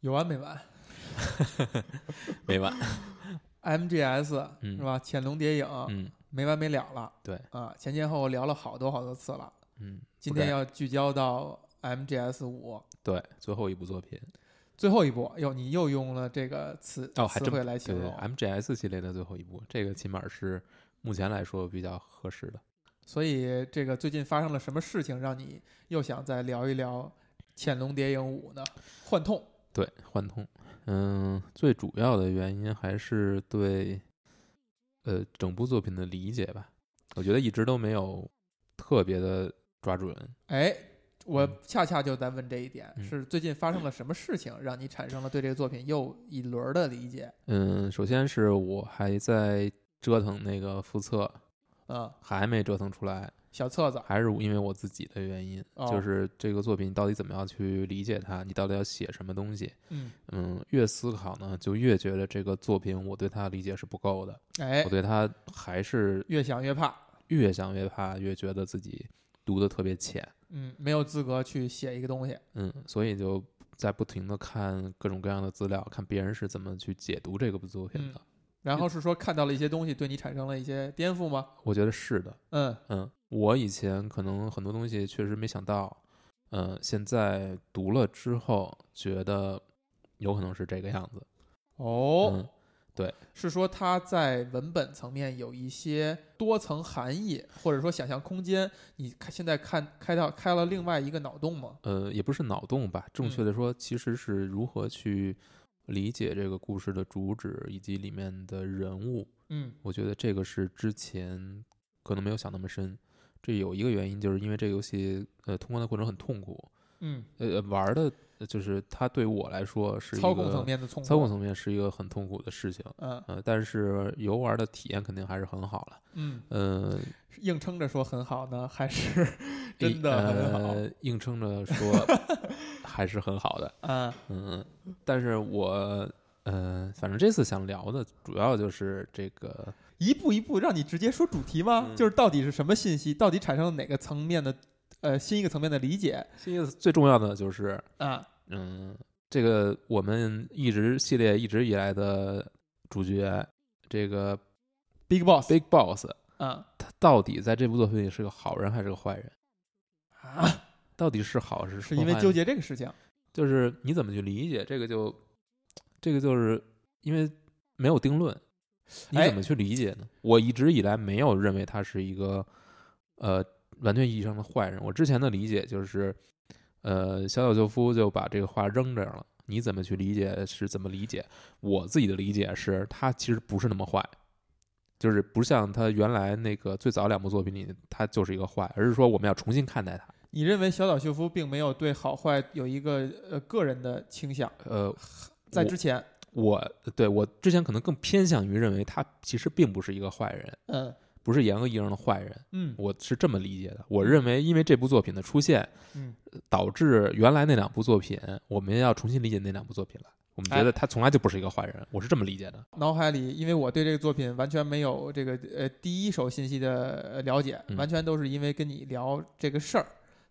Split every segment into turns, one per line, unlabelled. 有完没完
没完。
？MGS
嗯
是吧？潜龙谍影
嗯
没完没了了。
对
啊，前前后后聊了好多好多次了。
嗯，
今
不该
天要聚焦到 MGS 五
对最后一部作品
最后一部，哟，你又用了这个词
哦，还
词
真
汇来
对
形
对
容，
MGS 系列的最后一部，这个起码是目前来说比较合适的。
所以这个最近发生了什么事情，让你又想再聊一聊《潜龙谍影五》呢？幻痛，
对，幻痛。嗯，最主要的原因还是对，呃，整部作品的理解吧。我觉得一直都没有特别的抓准。
哎，我
嗯
恰恰就在问这一点，
嗯
是最近发生了什么事情，让你产生了对这个作品又一轮儿的理解？
嗯，首先是我还在折腾那个复测，
嗯，
还没折腾出来，
小册子，
还是因为我自己的原因，
哦
就是这个作品到底怎么样去理解它，你到底要写什么东西。
嗯，
嗯，越思考呢，就越觉得这个作品我对它的理解是不够的，
哎
我，对它还是
越想越怕，
越想越怕，越觉得自己读的特别浅。
嗯，没有资格去写一个东西，
嗯，所以就在不停的看各种各样的资料，看别人是怎么去解读这个部作品的。
然
嗯
后是说看到了一些东西，对你产生了一些颠覆吗？
我觉得是的，
嗯，
嗯，我以前可能很多东西确实没想到，嗯，现在读了之后觉得有可能是这个样子。
哦，
嗯，
是说它在文本层面有一些多层含义，或者说想象空间。你看现在看开到开了另外一个脑洞吗？
呃，也不是脑洞吧，正确的
嗯
说，其实是如何去理解这个故事的主旨以及里面的人物。
嗯
我觉得这个是之前可能没有想那么深。这有一个原因，就是因为这个游戏，呃，通关的过程很痛苦，
嗯，
呃，玩儿的，呃就是它对我来说是一
操控
个
层面的冲突
操控层面是一个很痛苦的事情，
嗯
呃，但是游玩的体验肯定还是很好了，
嗯，
呃，
硬撑着说很好呢，还是真的很好
呃，硬撑 着说还是很好的，
嗯
嗯，但是我，呃，反正这次想聊的主要就是这个，
一步一步让你直接说主题吗？
嗯
就是到底是什么信息，到底产生了哪个层面的呃新一个层面的理解
这个最重要的就是，
啊？
嗯，这个我们一直系列一直以来的主角，这个
Big Boss
Big Boss，
啊
他到底在这部作品里是个好人还是个坏人？
啊，
到底是好是
是
是
因为
坏呢
纠结这个事情。
就是你怎么去理解这个就，这个就是因为没有定论，你
哎
怎么去理解呢？我一直以来没有认为他是一个呃完全意义上的坏人，我之前的理解就是，呃，小小秀夫就把这个话扔这儿了。你怎么去理解是怎么理解？我自己的理解是，他其实不是那么坏，就是不像他原来那个最早两部作品里，他就是一个坏，而是说我们要重新看待他。
你认为小岛秀夫并没有对好坏有一个呃个人的倾向，
呃，
在
我
之前，
我对我之前可能更偏向于认为他其实并不是一个坏人，
嗯
不是严格意义上的坏人，
嗯
我是这么理解的。我认为，因为这部作品的出现，
嗯，
导致原来那两部作品，我们要重新理解那两部作品了。我
哎
们觉得他从来就不是一个坏人，我是这么理解的。
脑海里，因为我对这个作品完全没有这个呃第一手信息的呃了解，
嗯
完全都是因为跟你聊这个事儿。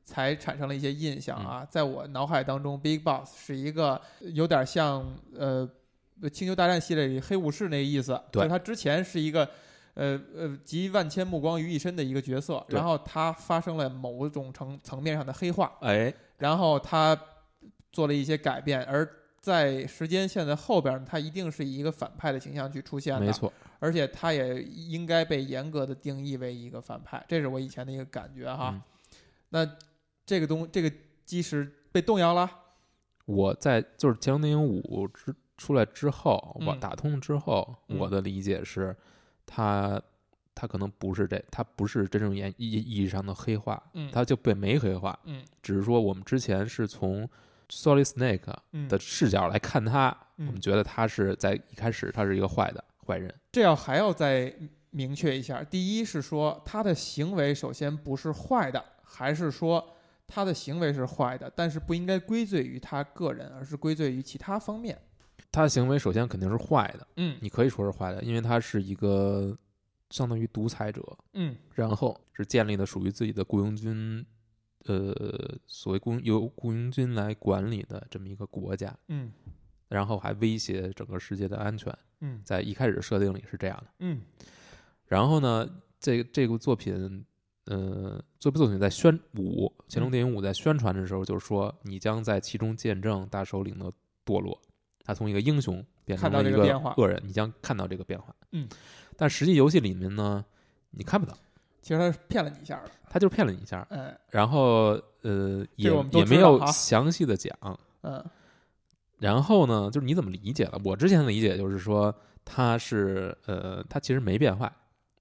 才产生了一些印象
嗯
啊，在我脑海当中，Big Boss 是一个有点像呃《星球大战》系列里黑武士那意思，
对
就是他之前是一个呃呃集万千目光于一身的一个角色，
对
然后他发生了某种层层面上的黑化，
哎，
然后他做了一些改变，而在时间线的后边儿，他一定是以一个反派的形象去出现的，
没，错，
而且他也应该被严格的定义为一个反派，这是我以前的一个感觉哈。
嗯
那这个东这个基石被动摇了，
我在就是《潜龙谍影五》之出来之后，
嗯
我打通之后，
嗯
我的理解是，他他可能不是这，他不是真正严意意义上的黑化，
嗯
他就被没黑化，
嗯
只是说我们之前是从 Solid Snake
嗯
的视角来看他，
嗯
我们觉得他是在一开始他是一个坏的坏人，
这要还要再明确一下，第一是说他的行为首先不是坏的，还是说他的行为是坏的，但是不应该归罪于他个人，而是归罪于其他方面。
他的行为首先肯定是坏的，
嗯
你可以说是坏的，因为他是一个相当于独裁者，
嗯
然后是建立的属于自己的雇佣军，呃，所谓雇佣由雇佣军来管理的这么一个国家。
嗯
然后还威胁整个世界的安全，
嗯
在一开始设定里是这样的。
嗯
然后呢，这这部作品，呃，这部作品在宣五乾
嗯
隆电影五在宣传的时候就说，你将在其中见证大首领的堕落，他从一个英雄变成
看到
了一
这个变化
恶人，你将看到这个变化。
嗯，
但实际游戏里面呢，你看不到，
其实他是骗了你一下的，
他就是骗了你一下，
哎
然后呃也
我们都
也没
知道
有
哈
详细的讲。
嗯
然后呢，就是你怎么理解了？我之前的理解就是说，他是呃，他其实没变坏，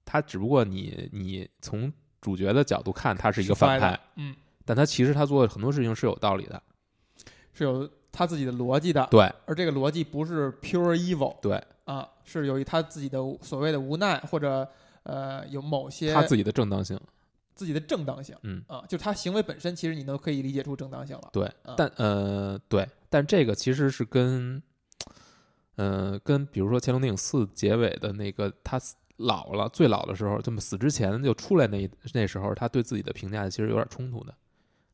他只不过你你从主角的角度看，他是一个
是
反
坏
派
的，嗯，
但他其实他做的很多事情是有道理的。
是有他自己的逻辑的，
对
而这个逻辑不是 pure evil
对，
啊，是由于他自己的所谓的无奈或者呃有某些
他自己的正当性，
自己的正当性，
嗯
啊，就是他行为本身，其实你都可以理解出正当性了，
对
嗯，
但呃对，但这个其实是跟呃跟比如说《乾隆电影四》结尾的那个他死老了最老的时候，这么死之前就出来那一那时候，他对自己的评价其实有点冲突的。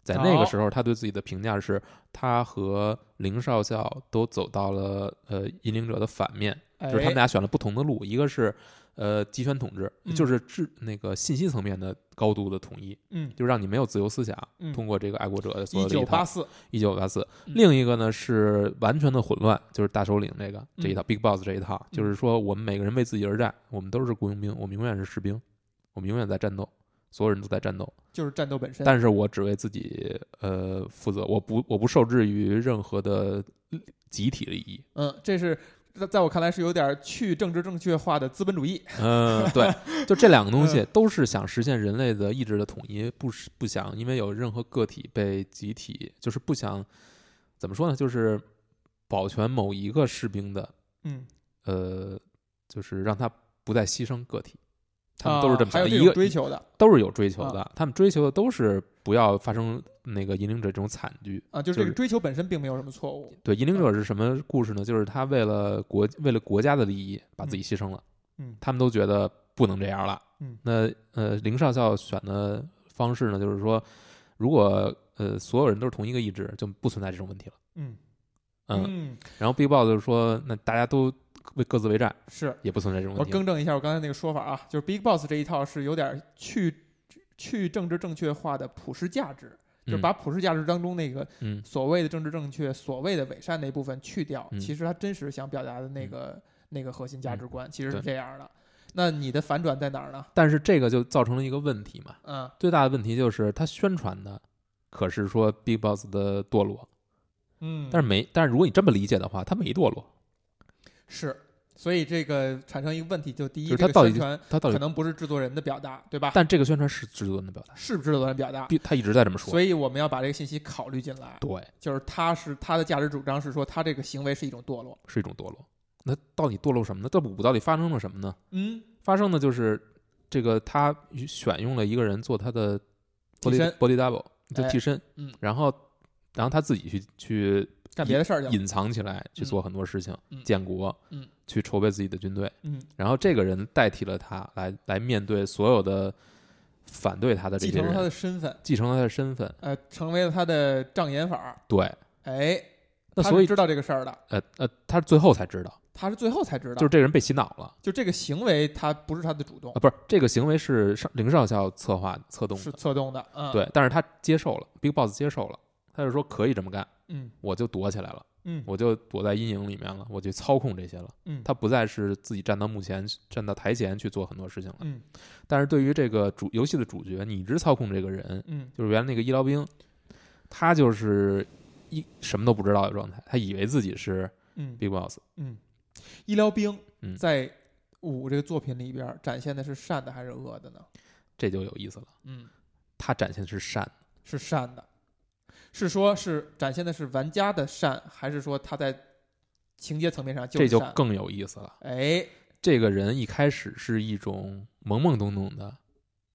在那个
哦
时候，他对自己的评价是，他和林少校都走到了呃引领者的反面，
哎
就是他们俩选了不同的路，一个是呃集权统治，
嗯
就是治那个信息层面的高度的统一，
嗯
就让你没有自由思想，
嗯，
通过这个爱国者的所
一
有的
九
一套
八四，
一九八四，
嗯
另一个呢是完全的混乱，就是大首领这个这一套、
嗯
Big Boss 这一套，
嗯
就是说我们每个人为自己而战，我们都是雇佣兵，我们永远是士兵，我们永远在战斗，所有人都在战斗，
就是战斗本身，
但是我只为自己呃负责，我不我不受制于任何的集体利 益，
嗯，这是在在我看来是有点去政治正确化的资本主义，
嗯、对，就这两个东
嗯
西都是想实现人类的意志的统一，不是不想因为有任何个体被集体，就是不想怎么说呢，就是保全某一个士兵的。
嗯，
呃，就是让他不再牺牲个体。他们都是这么
啊还
想，
有这
的，一
种
个
追求啊的
都是有追求的，他们追求的都是不要发生那个引领者这种惨剧。
啊，就是
就
这
是
个追求本身并没有什么错误，
对，引领者是什么故事呢？就是他为了国为了国家的利益把自己牺牲了，
嗯
他们都觉得不能这样了。
嗯
那呃，林少校选的方式呢，就是说，如果呃所有人都是同一个意志，就不存在这种问题了。
嗯
嗯，
嗯，
然后 Big Boss 就说，那大家都为各自为战，
是
也不存在这种
我
问题了。
更正一下我刚才那个说法啊，就是 Big Boss 这一套是有点去去政治正确化的普世价值，就是
嗯
把普世价值当中那个
嗯
所谓的政治正确、所谓的伪善那部分去掉，
嗯
其实他真实想表达的那个、那个核心价值观、其实是
对
这样的。那你的反转在哪儿呢？
但是这个就造成了一个问题嘛，
嗯，
最大的问题就是他宣传的可是说 Big Boss 的堕落，
嗯
但是没，但是如果你这么理解的话，他没堕落，
是，所以这个产生一个问题，就第一，
就是
这
他
个
到底
宣传
他到
可
底，
能不是制作人的表达，对吧？
但这个宣传是制作人的表达，
是不是制作人表达？
必他一直在这么说，
所以我们要把这个信息考虑进来，
对，
就是他是他的价值主张是说他这个行为是一种堕落。
是一种堕落。那到底堕落什么呢？这五到底发生了什么呢？
嗯，
发生的就是这个他选用了一个人做他的
替
body
身
body double 就
哎
替身，
嗯
然后然后他自己去去
干别的事儿去了。
隐藏起来去做很多事情，
啊嗯
建国，
嗯
去筹备自己的军队，
嗯，
然后这个人代替了他来来面对所有的反对他的这
继
些
承了他
人，
的身份，
继承了他的身份。
呃，成为了他的障眼法儿。
对，
哎，
那
他
所
是
以
知道这个事儿的，
呃呃，他最后才知道，
他是最后才知道，
就是这个人被洗脑了
就这个行为，他不是他的主动
啊，，不是这个行为是上林少校策划策动
是
的，
策动的。嗯，，
对，但是他接受了，Big Boss 接受了，他就说可以这么干，
嗯
我就躲起来了，
嗯
我就躲在阴影里面了，我去操控这些了，
嗯，
他不再是自己站到幕前、站到台前去做很多事情了。
嗯
但是对于这个主游戏的主角，你一直操控这个人，
嗯
就是原来那个医疗兵，他就是一什么都不知道的状态，他以为自己是
嗯
Big Boss，
嗯，医疗兵
嗯
在五这个作品里边儿展现的是善的还是恶的呢？
这就有意思了。
嗯，
他展现的是善，
是善的，是说是展现的是玩家的善，还是说他在情节层面上就
这
是
就
善？
更有意思了。
哎，
这个人一开始是一种懵懵懂懂的，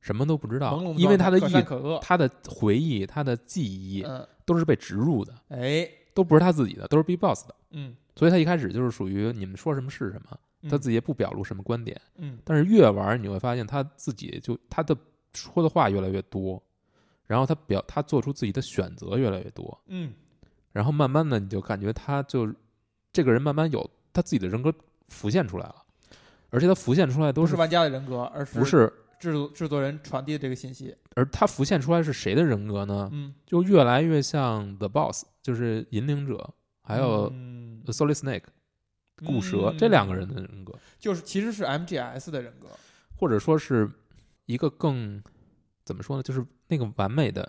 什么都不知道
朦胧，
因为他
状态
的意
可善可恶，
他的回忆、他的记忆
嗯，
都是被植入的，
哎，
都不是他自己的，都是 Big Boss 的。
嗯，
所以他一开始就是属于你们说什么是什么，
嗯
他自己也不表露什么观点。
嗯
但是越玩儿你会发现他自己就他的说的话越来越多，然后他表他做出自己的选择越来越多，
嗯
然后慢慢的你就感觉他就这个人慢慢有他自己的人格浮现出来了，而且他浮现出来都
不
是
是玩家的人格，而
不是，啊
制作制作人传递的这个信息。
而他浮现出来是谁的人格呢？
嗯，
就越来越像 The Boss，就是引领者，还有
嗯
Solid Snake 固蛇、
嗯
这两个人的人格，
就是其实是 MGS 的人格，
或者说是一个更怎么说呢，就是那个完美的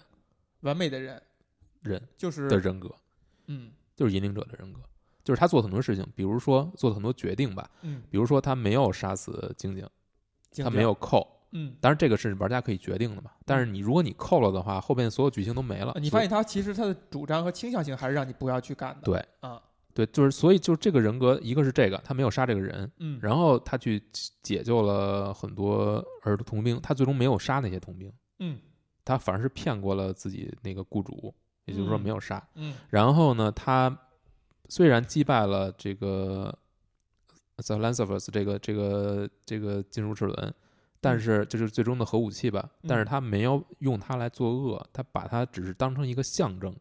完美的人
人
就是
的人格，
嗯
就是引领者的人格，就是他做很多事情，比如说做很多决定吧，
嗯，
比如说他没有杀死晶晶，
警
他
觉
没有扣。
嗯。
当然，这个是玩家可以决定的嘛。但是你如果你扣了的话，后边所有剧情都没了
啊。你
所
发
以
现他其实他的主张和倾向性还是让你不要去干的。
对
啊，
对，就是所以就是这个人格，一个是这个他没有杀这个人，
嗯，
然后他去解救了很多儿童兵，他最终没有杀那些童兵，
嗯
他反而是骗过了自己那个雇主，也就是说
嗯
没有杀。
嗯
然后呢，他虽然击败了这个 The Lance of Us 这个这个这个金属齿轮，但是这就是最终的核武器吧。
嗯
但是他没有用它来作恶，他把它只是当成一个象征，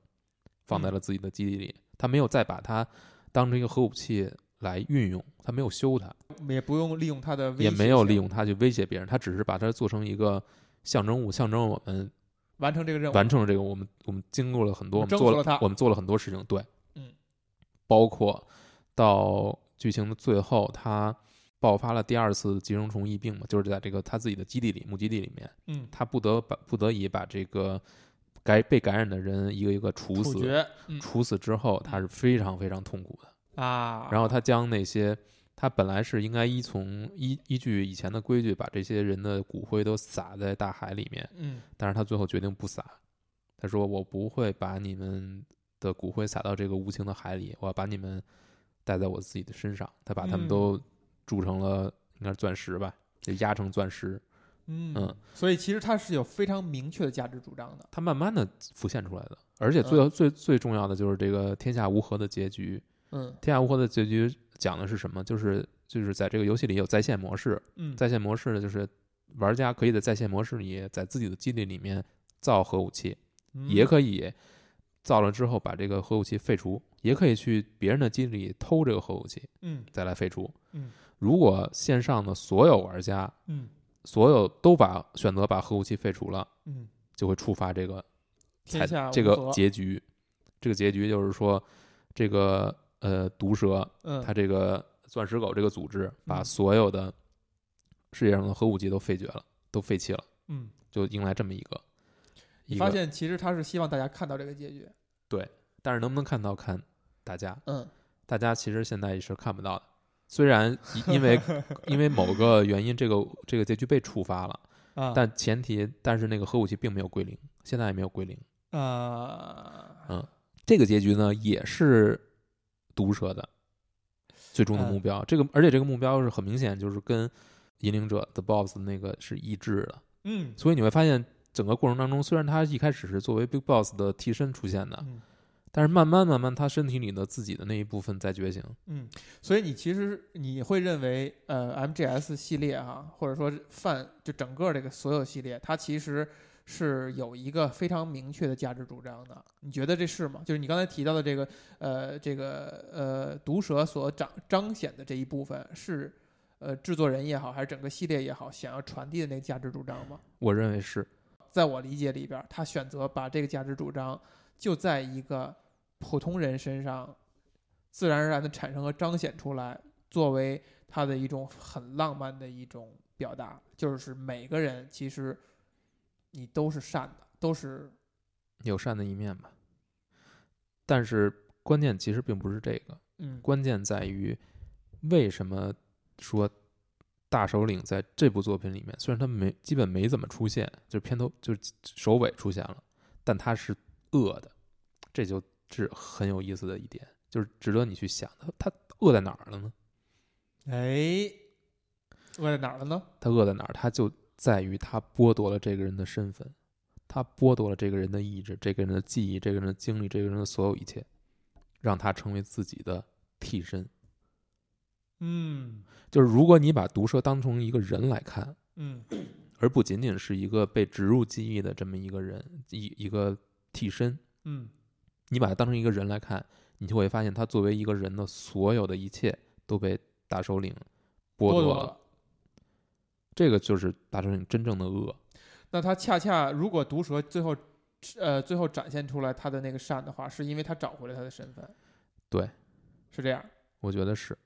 放
嗯
在了自己的基地里，他没有再把它当成一个核武器来运用，他没有修它，
也不用利用他的威胁
也
性，
没有利用它去威胁别人，他只是把它做成一个。象征物象征我们
完成这个任务。
完成了这个，我们我们经过了很多，我
嗯我们
们
征
做
服了它
我们做了很多事情，对，
啊嗯，
包括到剧情的最后，他爆发了第二次寄生虫疫病嘛，就是在这个他自己的基地里，目基地里面，
嗯，
他不得把不得已把这个该被感染的人一个一个处
处
死，
决，嗯
处死之后，他是非常非常痛苦的。
啊，
然后他将那些他本来是应该依从依依据以前的规矩，把这些人的骨灰都撒在大海里面，
嗯
但是他最后决定不撒，他说我不会把你们的骨灰撒到这个无情的海里，我要把你们带在我自己的身上。他把他
嗯
们都铸成了应该是钻石吧，就压成钻石。嗯
嗯，所以其实他是有非常明确的价值主张的。
它慢慢的浮现出来的，而且最、最最重要的就是这个天下无核的结局。
嗯
天下无核的结局讲的是什么？就是就是在这个游戏里有在线模式，
嗯，
在线模式呢就是玩家可以在在线模式里在自己的基地里面造核武器，
嗯
也可以造了之后把这个核武器废除，也可以去别人的基地里偷这个核武器
嗯
再来废除。
嗯，
如果线上的所有玩家
嗯
所有都把选择把核武器废除了，
嗯，
就会触发这个才
天下无
这个
和
结局。这个结局就是说，这个呃毒蛇
嗯
它这个钻石狗这个组织把
嗯
所有的世界上的核武器都废绝了，都废弃了，
嗯，
就迎来这么一个。一
你
个
发现其实他是希望大家看到这个结局。
但是能不能看到看大家，
嗯
大家其实现在是看不到的。虽然因因为因为某个原因，这个这个结局被触发了，
啊，
但前提，但是那个核武器并没有归零，现在也没有归零。
啊，
嗯这个结局呢，也是毒蛇的最终的目标。这个而且这个目标是很明显，就是跟引领者 The Boss 那个是一致的。
嗯
所以你会发现，整个过程当中，虽然他一开始是作为 Big Boss 的替身出现的，
嗯
但是慢慢慢慢，他身体里的自己的那一部分在觉醒。
嗯，所以你其实你会认为，呃，MGS 系列哈、或者说是泛就整个这个所有系列，它其实是有一个非常明确的价值主张的。你觉得这是吗？就是你刚才提到的这个，呃，这个呃，毒蛇所彰彰显的这一部分是。呃，制作人也好，还是整个系列也好，想要传递的那个价值主张吗？
我认为是
在我理解里边儿，他选择把这个价值主张就在一个普通人身上自然而然的产生和彰显出来，作为他的一种很浪漫的一种表达，就是每个人其实你都是善的，都是
有善的一面吧，但是关键其实并不是这个，
嗯
关键在于为什么说大首领在这部作品里面，虽然他没基本没怎么出现，就是片头就是首尾出现了，但他是恶的，这就是很有意思的一点，就是值得你去想的。他恶在哪儿了呢？
哎，我在哪儿了呢？
他恶在哪儿？他就在于他剥夺了这个人的身份，他剥夺了这个人的意志、这个人的记忆、这个人的经历、这个人的所有一切，让他成为自己的替身。
嗯
就是如果你把毒蛇当成一个人来看，
嗯
而不仅仅是一个被植入记忆的这么一个人，一一个替身，
嗯
你把他当成一个人来看，你就会发现他作为一个人的所有的一切都被大首领剥
剥
夺
夺
了
了。。
这个就是大首领真正的恶。
那他恰恰如果毒蛇最后，呃，最后展现出来他的那个善的话，是因为他找回了他的身份。
对，
是这样。
我觉得是。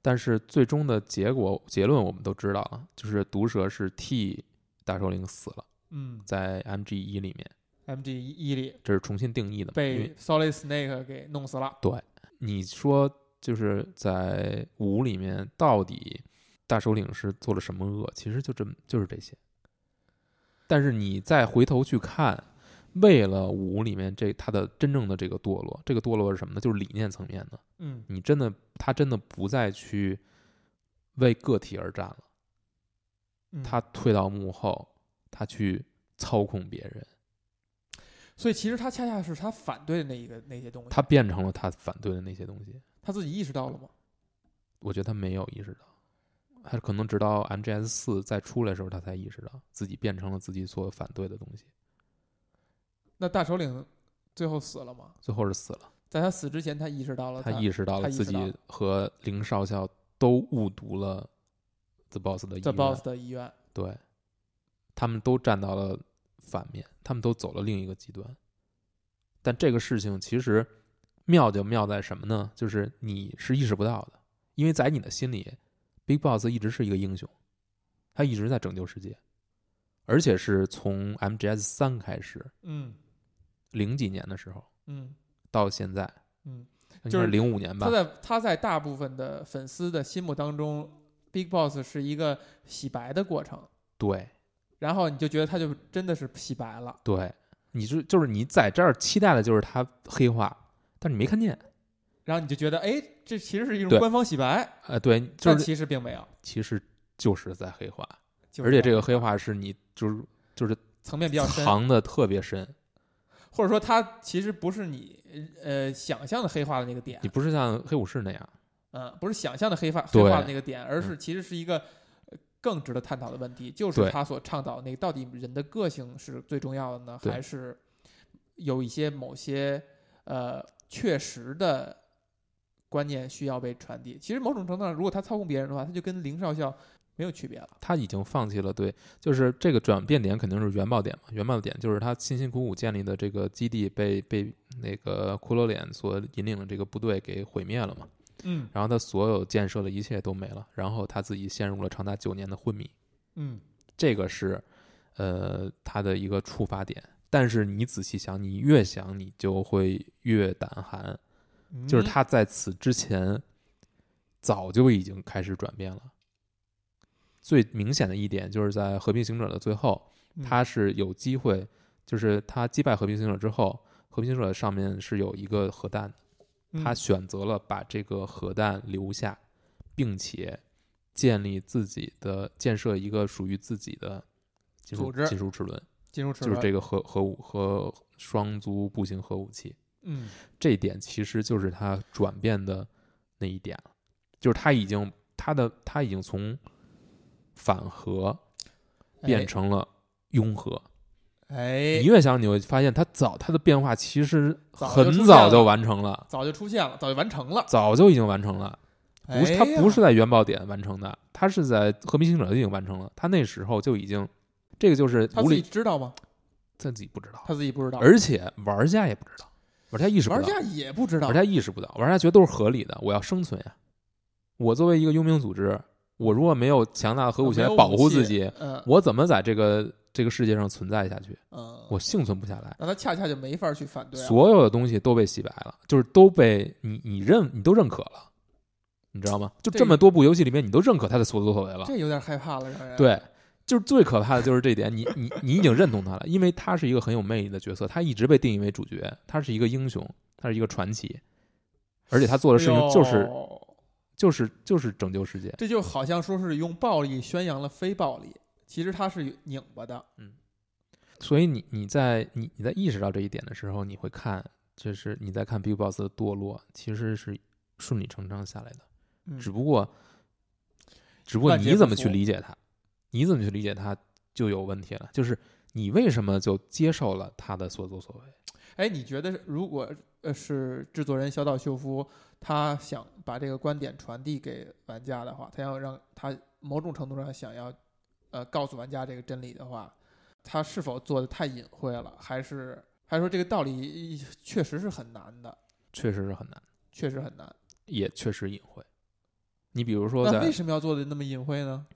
但是最终的结果结论我们都知道啊，就是毒蛇是替大首领死了，
嗯
在 MG 一里面，
，MG 一里
这是重新定义的嘛。因为
被 Solid Snake 给弄死了。
你说就是在五里面到底大首领是做了什么恶？其实就这么就是这些。但是你再回头去看，为了五里面这他的真正的这个堕落，这个堕落是什么呢？就是理念层面的。
嗯，
你真的他真的不再去为个体而战了，
嗯
他退到幕后，他去操控别人，
所以其实他恰恰是他反对的那一个那些东西。
他变成了他反对的那些东西。
他自己意识到了吗？
我觉得他没有意识到，他可能直到 MGS 四再出来的时候，他才意识到自己变成了自己所反对的东西，
那大首领最后死了吗？
最后是死了。
在他死之前，他意识到了
他意识到
他
了
意识
自
到
己
了
和林少校都误读了 The Boss 的意
The
愿，
Boss 的遗愿。
对，他们都站到了反面，他们都走了另一个极端。但这个事情其实妙就妙在什么呢？就是你是意识不到的，因为在你的心里，Big Boss 一直是一个英雄，他一直在拯救世界，而且是从 MGS 三开始，
嗯
零几年的时候
嗯
到现在，
嗯，
应
就
该
是
零五年吧
他，在他在大部分的粉丝的心目当中，Big Boss 是一个洗白的过程，
对
然后你就觉得他就真的是洗白了。
对，你就就是你在这儿期待的就是他黑化，但是你没看见，
然后你就觉得，哎，这其实是一种
对
官方洗白，
呃，对，就
但
是
其实并没有。
其实就是在黑化，
就是
而且这个黑化是你就是就是
层面比较深，哎
藏的特别深，
或者说它其实不是你呃想象的黑化的那个点
你，不是像黑武士那样，
嗯，不是想象的黑化黑
对嗯
化的那个点，而是其实是一个呃更值得探讨的问题，就是
对
他所倡导那个到底人的个性是最重要的呢，
对
还是有一些某些呃确实的观念需要被传递？其实某种程度上，如果他操控别人的话，他就跟林少校没有区别了。
他已经放弃了对，就是这个转变点肯定是原爆点嘛，原爆点就是他辛辛苦苦建立的这个基地被被那个骷髅脸所引领的这个部队给毁灭了嘛，
嗯
然后他所有建设的一切都没了，然后他自己陷入了长达九年的昏迷，
嗯
这个是呃他的一个触发点。但是你仔细想，你越想你就会越胆寒，
嗯
就是他在此之前早就已经开始转变了。最明显的一点就是在《和平行者》的最后，
嗯
他是有机会，就是他击败和平行者之后，和平行者上面是有一个核弹的，
嗯
他选择了把这个核弹留下，并且建立自己的建设一个属于自己的金属
组织
金属齿轮，
进入齿
就是
轮，
这个核核武和双足步行核武器。
嗯
这一点其实就是他转变的那一点了，就是他已经他的他已经从反核变成了拥核。
哎，哎
你越想，你会发现它早它的变化其实
早就出
很
现
早
了
就完成了，
早就出现了，早就完成了。
早就已经完成了。不是，它
哎呀
不是在原爆点完成的，它是在和平行者已经完成了。它那时候就已经，这个就是
他
无
自己
理
知道吗？
他自己不知道，
他自己不知道，
而且玩家也不知道，玩家意识不
玩
到，
家也不知道
玩。家意识不到，玩家觉得都是合理的。我要生存呀，我作为一个佣兵组织，我如果没有强大的核武器
没
来
有
保护
武器
自己，
嗯
我怎么在这个这个世界上存在下去？
嗯，
我幸存不下来。
那他恰恰就没法去反对啊。
所有的东西都被洗白了，就是都被你你认你都认可了，你知道吗？就
这
这么
个
多部游戏里面，你都认可他的所作所为了。
这有点害怕了，让人。
对，啊就是最可怕的就是这点，你你你已经认同他了，因为他是一个很有魅力的角色，他一直被定义为主角，他是一个英雄，他是一个传奇，而且他做的事
哎呦
情就是、就是就是拯救世界。
这就好像说是用暴力宣扬了非暴力，其实他是拧巴的。
所以你你在你你在意识到这一点的时候，你会看，就是你在看 Big Boss 的堕落，其实是顺理成章下来的。
嗯
只不过，只不过
万劫
你
不
怎么
复
去理解它，你怎么去理解它就有问题了。就是你为什么就接受了他的所作所为？
哎，你觉得如果呃是制作人小岛秀夫，他想把这个观点传递给玩家的话，他要让他某种程度上想要呃告诉玩家这个真理的话，他是否做的太隐晦了，还是还是说这个道理确实是很难的，
确实是很难，
确实很难。
也确实隐晦。你比如说
那
在
为，什么要做的那么隐晦呢？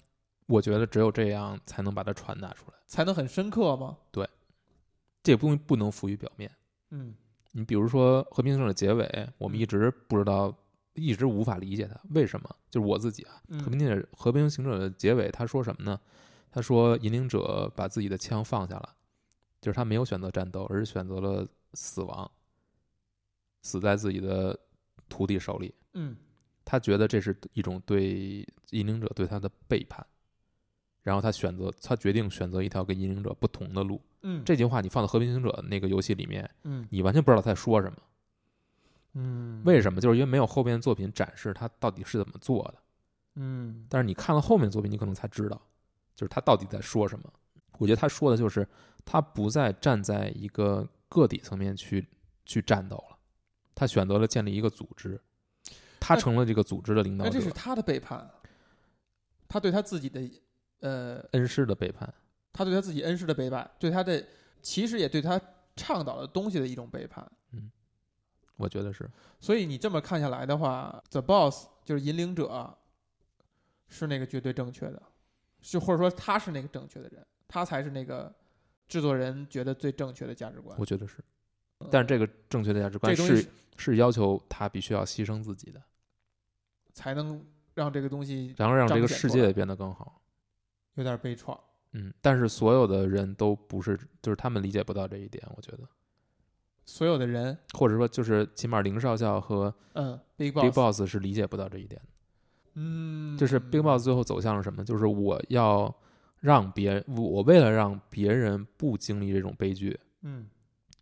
我觉得只有这样才能把它传达出来，
才能很深刻吗？
这个东西不能浮于表面。
嗯
你比如说《和平行者》的结尾，我们一直不知道，一直无法理解它为什么。就是我自己啊，《和
嗯
平行者》《和平行者》的结尾，他说什么呢？他说引领者把自己的枪放下了，就是他没有选择战斗，而是选择了死亡，死在自己的徒弟手里。
嗯
他觉得这是一种对引领者对他的背叛，然后他选择，他决定选择一条跟引领者不同的路。
嗯，
这句话你放到《和平行者》那个游戏里面，
嗯
你完全不知道他在说什么。
嗯
为什么？就是因为没有后边作品展示他到底是怎么做的。
嗯
但是你看了后面作品，你可能才知道，就是他到底在说什么。我觉得他说的就是他不再站在一个个体层面去去战斗了，他选择了建立一个组织，他
那
成了这个组织的领导
那
者
这。是他的背叛，他对他自己的呃，
恩师的背叛，
他对他自己恩师的背叛，对他的其实也对他倡导的东西的一种背叛。
我觉得是。
所以你这么看下来的话，The Boss 就是引领者，是那个绝对正确的，就或者说他是那个正确的人，他才是那个制作人觉得最正确的价值观。嗯
我觉得是，但是这个正确的价值观
呃这东西
是是要求他必须要牺牲自己的，
才能让这个东西
然后让这个
彰显
世
出来
界变得更好。
有点被创。
嗯，但是所有的人都不是，就是他们理解不到这一点，我觉得，
所有的人，
或者说就是起码林少校和
嗯，Big
Big
Boss，
Boss 是理解不到这一点的。
嗯，
就是 Big Boss 最后走向了什么？就是我要让别人，我为了让别人不经历这种悲剧，
嗯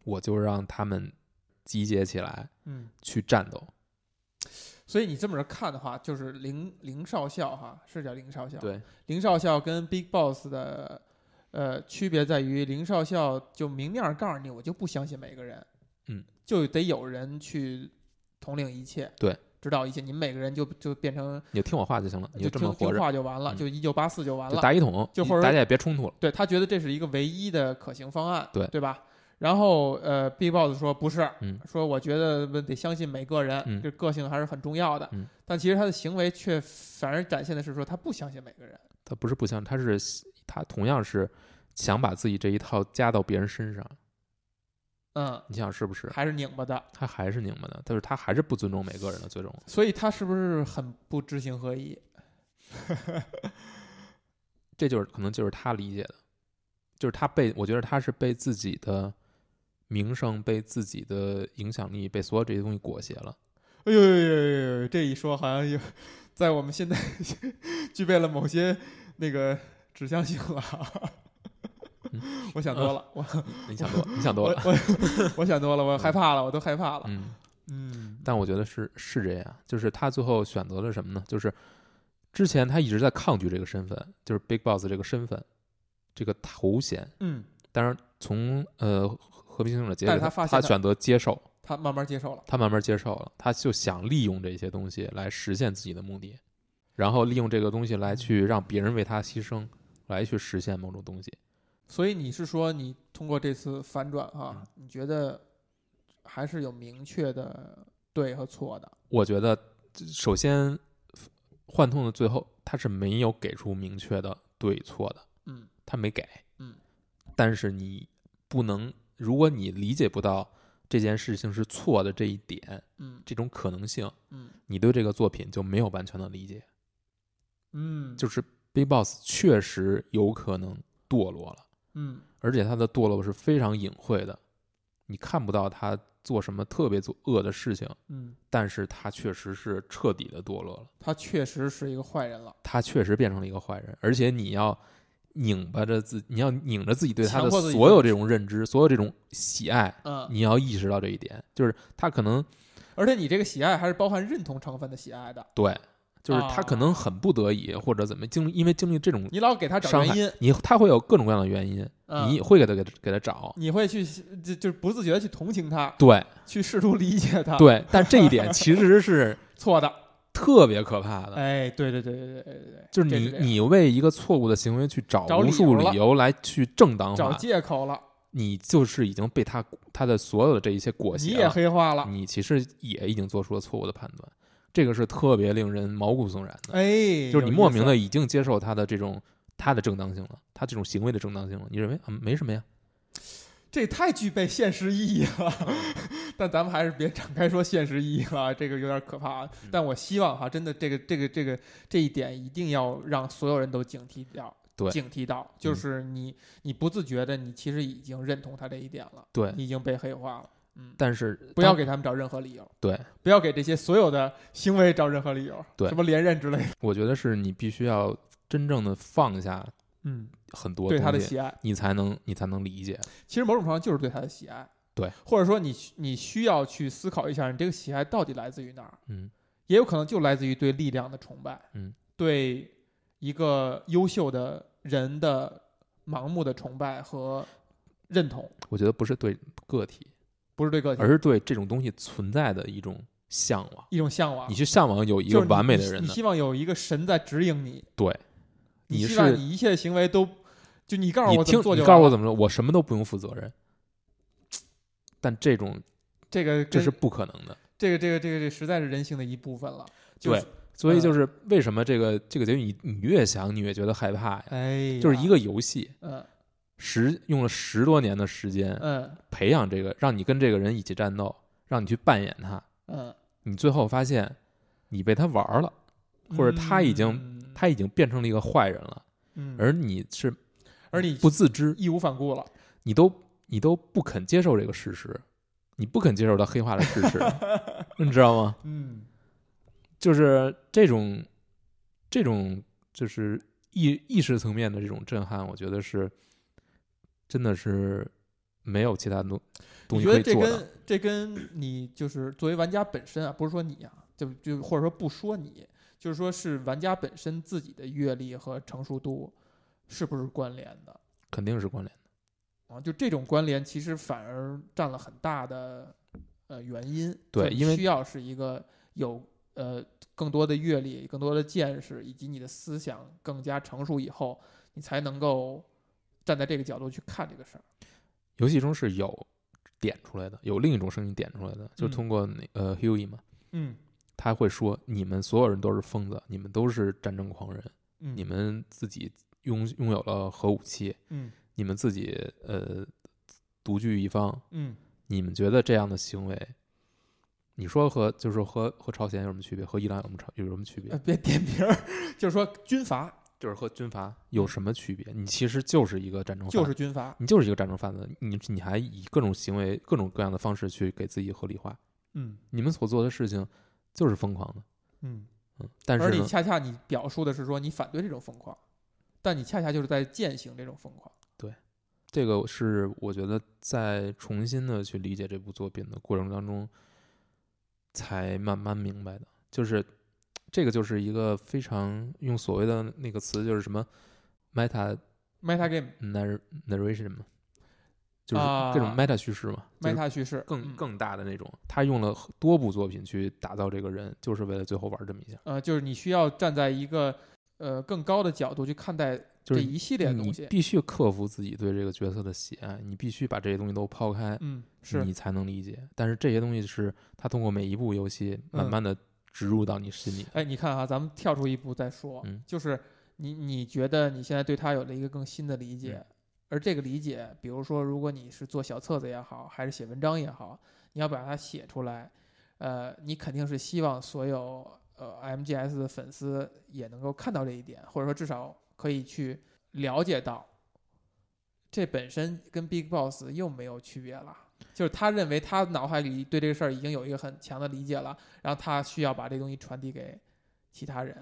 我就让他们集结起来
嗯。
去战斗。
所以你这么着看的话，就是林林少校哈，是叫林少校。，
对，
林少校跟 Big Boss 的呃区别在于，林少校就明面儿告诉你，我就不相信每个人，
嗯，
就得有人去统领一切，
对，
指导一切，你们每个人就就变成
你就听我话就行了，你
就
这么
听
活
听
着，
话就完了，
嗯
就一九八四就完
就
了。
打一桶，
就或者
大家也别冲突了。
对他觉得这是一个唯一的可行方案，
对
对吧？然后呃，Big Boss 说不是，
嗯
说我觉得得相信每个人，
嗯
这个性还是很重要的。
嗯
但其实他的行为却反而展现的是说他不相信每个人。
他不是不相，他是他同样是想把自己这一套加到别人身上，
嗯，
你想是不是？
还是拧巴的，
他还是拧巴的，但是他还是不尊重每个人的，最终
所以他是不是很不知行合 一？哎
这就是可能就是他理解的，就是他被我觉得他是被自己的名声、被自己的影响力、被所有这些东西裹挟了。
哎呦呦呦呦呦！这一说好像有，在我们现在 具备了某些那个指向性了。啊 我想多了，我
你想多，你想
我
多了，
我我想多了，我害怕了，我都害怕了。
嗯。
嗯
但我觉得是是这样，就是他最后选择了什么呢？就是之前他一直在抗拒这个身份，就是 Big Boss 这个身份，这个头衔。
嗯，
当然从呃和平行者的结
但
尾，
是他
他
发现他
选择接受，
他慢慢接受了。
他慢慢接受了，他就想利用这些东西来实现自己的目的，然后利用这个东西来去让别人为他牺牲，来去实现某种东西。
所以你是说，你通过这次反转啊，你觉得还是有明确的对和错的？
我觉得，首先幻痛的最后他是没有给出明确的对错的，
嗯
他没给，
嗯，
但是你不能，如果你理解不到这件事情是错的这一点，
嗯
这种可能性，
嗯
你对这个作品就没有完全的理解。
嗯，
就是 Big Boss 确实有可能堕落了，
嗯
而且他的堕落是非常隐晦的，你看不到他做什么特别做恶的事情，
嗯，
但是他确实是彻底的堕落了，
他确实是一个坏人了，
他确实变成了一个坏人，而且你要拧巴着自，你要拧着自己对他
强
的
迫自己
所有
去
这种认知，所有这种喜爱。
嗯，
你要意识到这一点，就是他可能
而且你这个喜爱还是包含认同成分的喜爱的，
对就是
啊
他可能很不得已或者怎么经，因为经历这种
你老给他找
伤害
原因，
你他会有各种各样的原因，
嗯
你会给他给他给他找，
你会去就就不自觉地去同情他，
对
去试图理解他，，
对，但这一点其实是
错的，
特别可怕的，
哎，对对对对对对对，
就是
这
你
这样
你为一个错误的行为去找
找理
无数
由了
理由来去正当
找
化，
借口了，
你就是已经被他他的所有的这一切裹
你
挟
也
了，嗯
黑化了，
你其实也已经做出了错误的判断，这个是特别令人毛骨悚然的。
哎，
就是你
有意
莫名
思
的已经接受他的这种他的正当性了，他这种行为的正当性了，你认为嗯没什么呀？
这也太具备现实意义了， 但咱们还是别展开说现实意义了， 这个有点可
嗯
怕。但我希望哈，真的这个这个这个这一点一定要让所有人都警惕掉，
对嗯
警惕到，就是你、你不自觉的，你其实已经认同他这一点了，
对，
你已经被黑化了。嗯，
嗯但是
不要
当
给他们找任何理由，
对，
不要给这些所有的行为找任何理由，
对
什么连任之类的，
我觉得是你必须要真正的放下
嗯，
很多
对他的
东西，
喜爱，
你才能你才能理解。
其实某种程度上就是对他的喜爱，
对，
或者说你需你需要去思考一下，你这个喜爱到底来自于哪儿。
嗯
也有可能就来自于对力量的崇拜，
嗯，
对一个优秀的人的盲目的崇拜和认同，
我觉得不是对个体，
不是对个体，
而是对这种东西存在的一种向往。
一种向往。
你去向往有一
啊就
个
是你
完美的人
你，你
呢？
希望有一个神在指引你，
对，
你
你
希望
是
你一切行为都就你告诉
你
我怎
听
么做就
你告诉我
我
怎么说，我什么都不用负责任。但这种
这个
这
跟
是不可能的。
这个这个这个这个实在是人性的一部分了。就
对
是，
所以就是
嗯
为什么这个这个结局你你越想你越觉得害怕呀？
哎呀，
就是一个游戏，
嗯
十用了十多年的时间
嗯
培养这个，让你跟这个人一起战斗，让你去扮演他，
嗯，
你最后发现你被他玩儿了，或者他已经
嗯，
他已经变成了一个坏人了，
嗯
而你是
而你
不自知，
义无反顾了。
你都你都不肯接受这个事实，你不肯接受他黑化的事 实，你知道吗？
嗯，
就是这种这种就是意意识层面的这种震撼，我觉得是真的是没有其他东东
你
西
觉
可
得
以
这
做的。
跟这跟你就是作为玩家本身啊，不是说你啊，就就或者说不说你，就是说是玩家本身自己的阅历和成熟度是不是关联的
肯定是关联的。
啊？就这种关联其实反而占了很大的呃原因，
对
所以
因为
需要是一个有呃更多的阅历、更多的见识，以及你的思想更加成熟以后，你才能够站在这个角度去看这个事儿。
游戏中是有点出来的，有另一种声音点出来的，就
嗯
通过那、呃 Huey 嘛，
嗯
他会说你们所有人都是疯子，你们都是战争狂人，
嗯
你们自己拥拥有了核武器，
嗯
你们自己呃独具一方，
嗯
你们觉得这样的行为，你说和就是说和和朝鲜有什么区别？和伊朗有什么差有什么区别
呃，？别点名儿，就是说军阀
就是和军阀有什么区别？你其实就是一个战争犯，
就是军阀，
你就是一个战争贩子，你你还以各种行为、各种各样的方式去给自己合理化，
嗯
你们所做的事情就是疯狂的，
嗯。
嗯，但
而
是
你
呢，
恰恰你表述的是说你反对这种疯狂，但你恰恰就是在践行这种疯狂。
这个是我觉得在重新的去理解这部作品的过程当中，才慢慢明白的，就是这个就是一个非常用所谓的那个词就是什么 meta
meta game
narr narration 嘛，就是
啊
各种 meta 叙事嘛，就是
meta 叙事
更
嗯
更大的那种。他用了多部作品去打造这个人，就是为了最后玩这么一下。
呃，就是你需要站在一个呃更高的角度去看待
就
这
是嗯
一系列的
你
东西。
必须克服自己对这个角色的喜爱，你必须把这些东西都抛开，
嗯，是
你才能理解。但是这些东西是他通过每一部游戏慢
嗯
慢的植入到你心里。
哎，你看哈，咱们跳出一步再说，
嗯
就是你你觉得你现在对他有了一个更新的理解，
嗯
而这个理解，比如说，如果你是做小册子也好，还是写文章也好，你要把它写出来，呃，你肯定是希望所有呃 MGS 的粉丝也能够看到这一点，或者说至少可以去了解到，这本身跟 Big Boss 又没有区别了。就是他认为他脑海里对这个事儿已经有一个很强的理解了，然后他需要把这东西传递给其他人。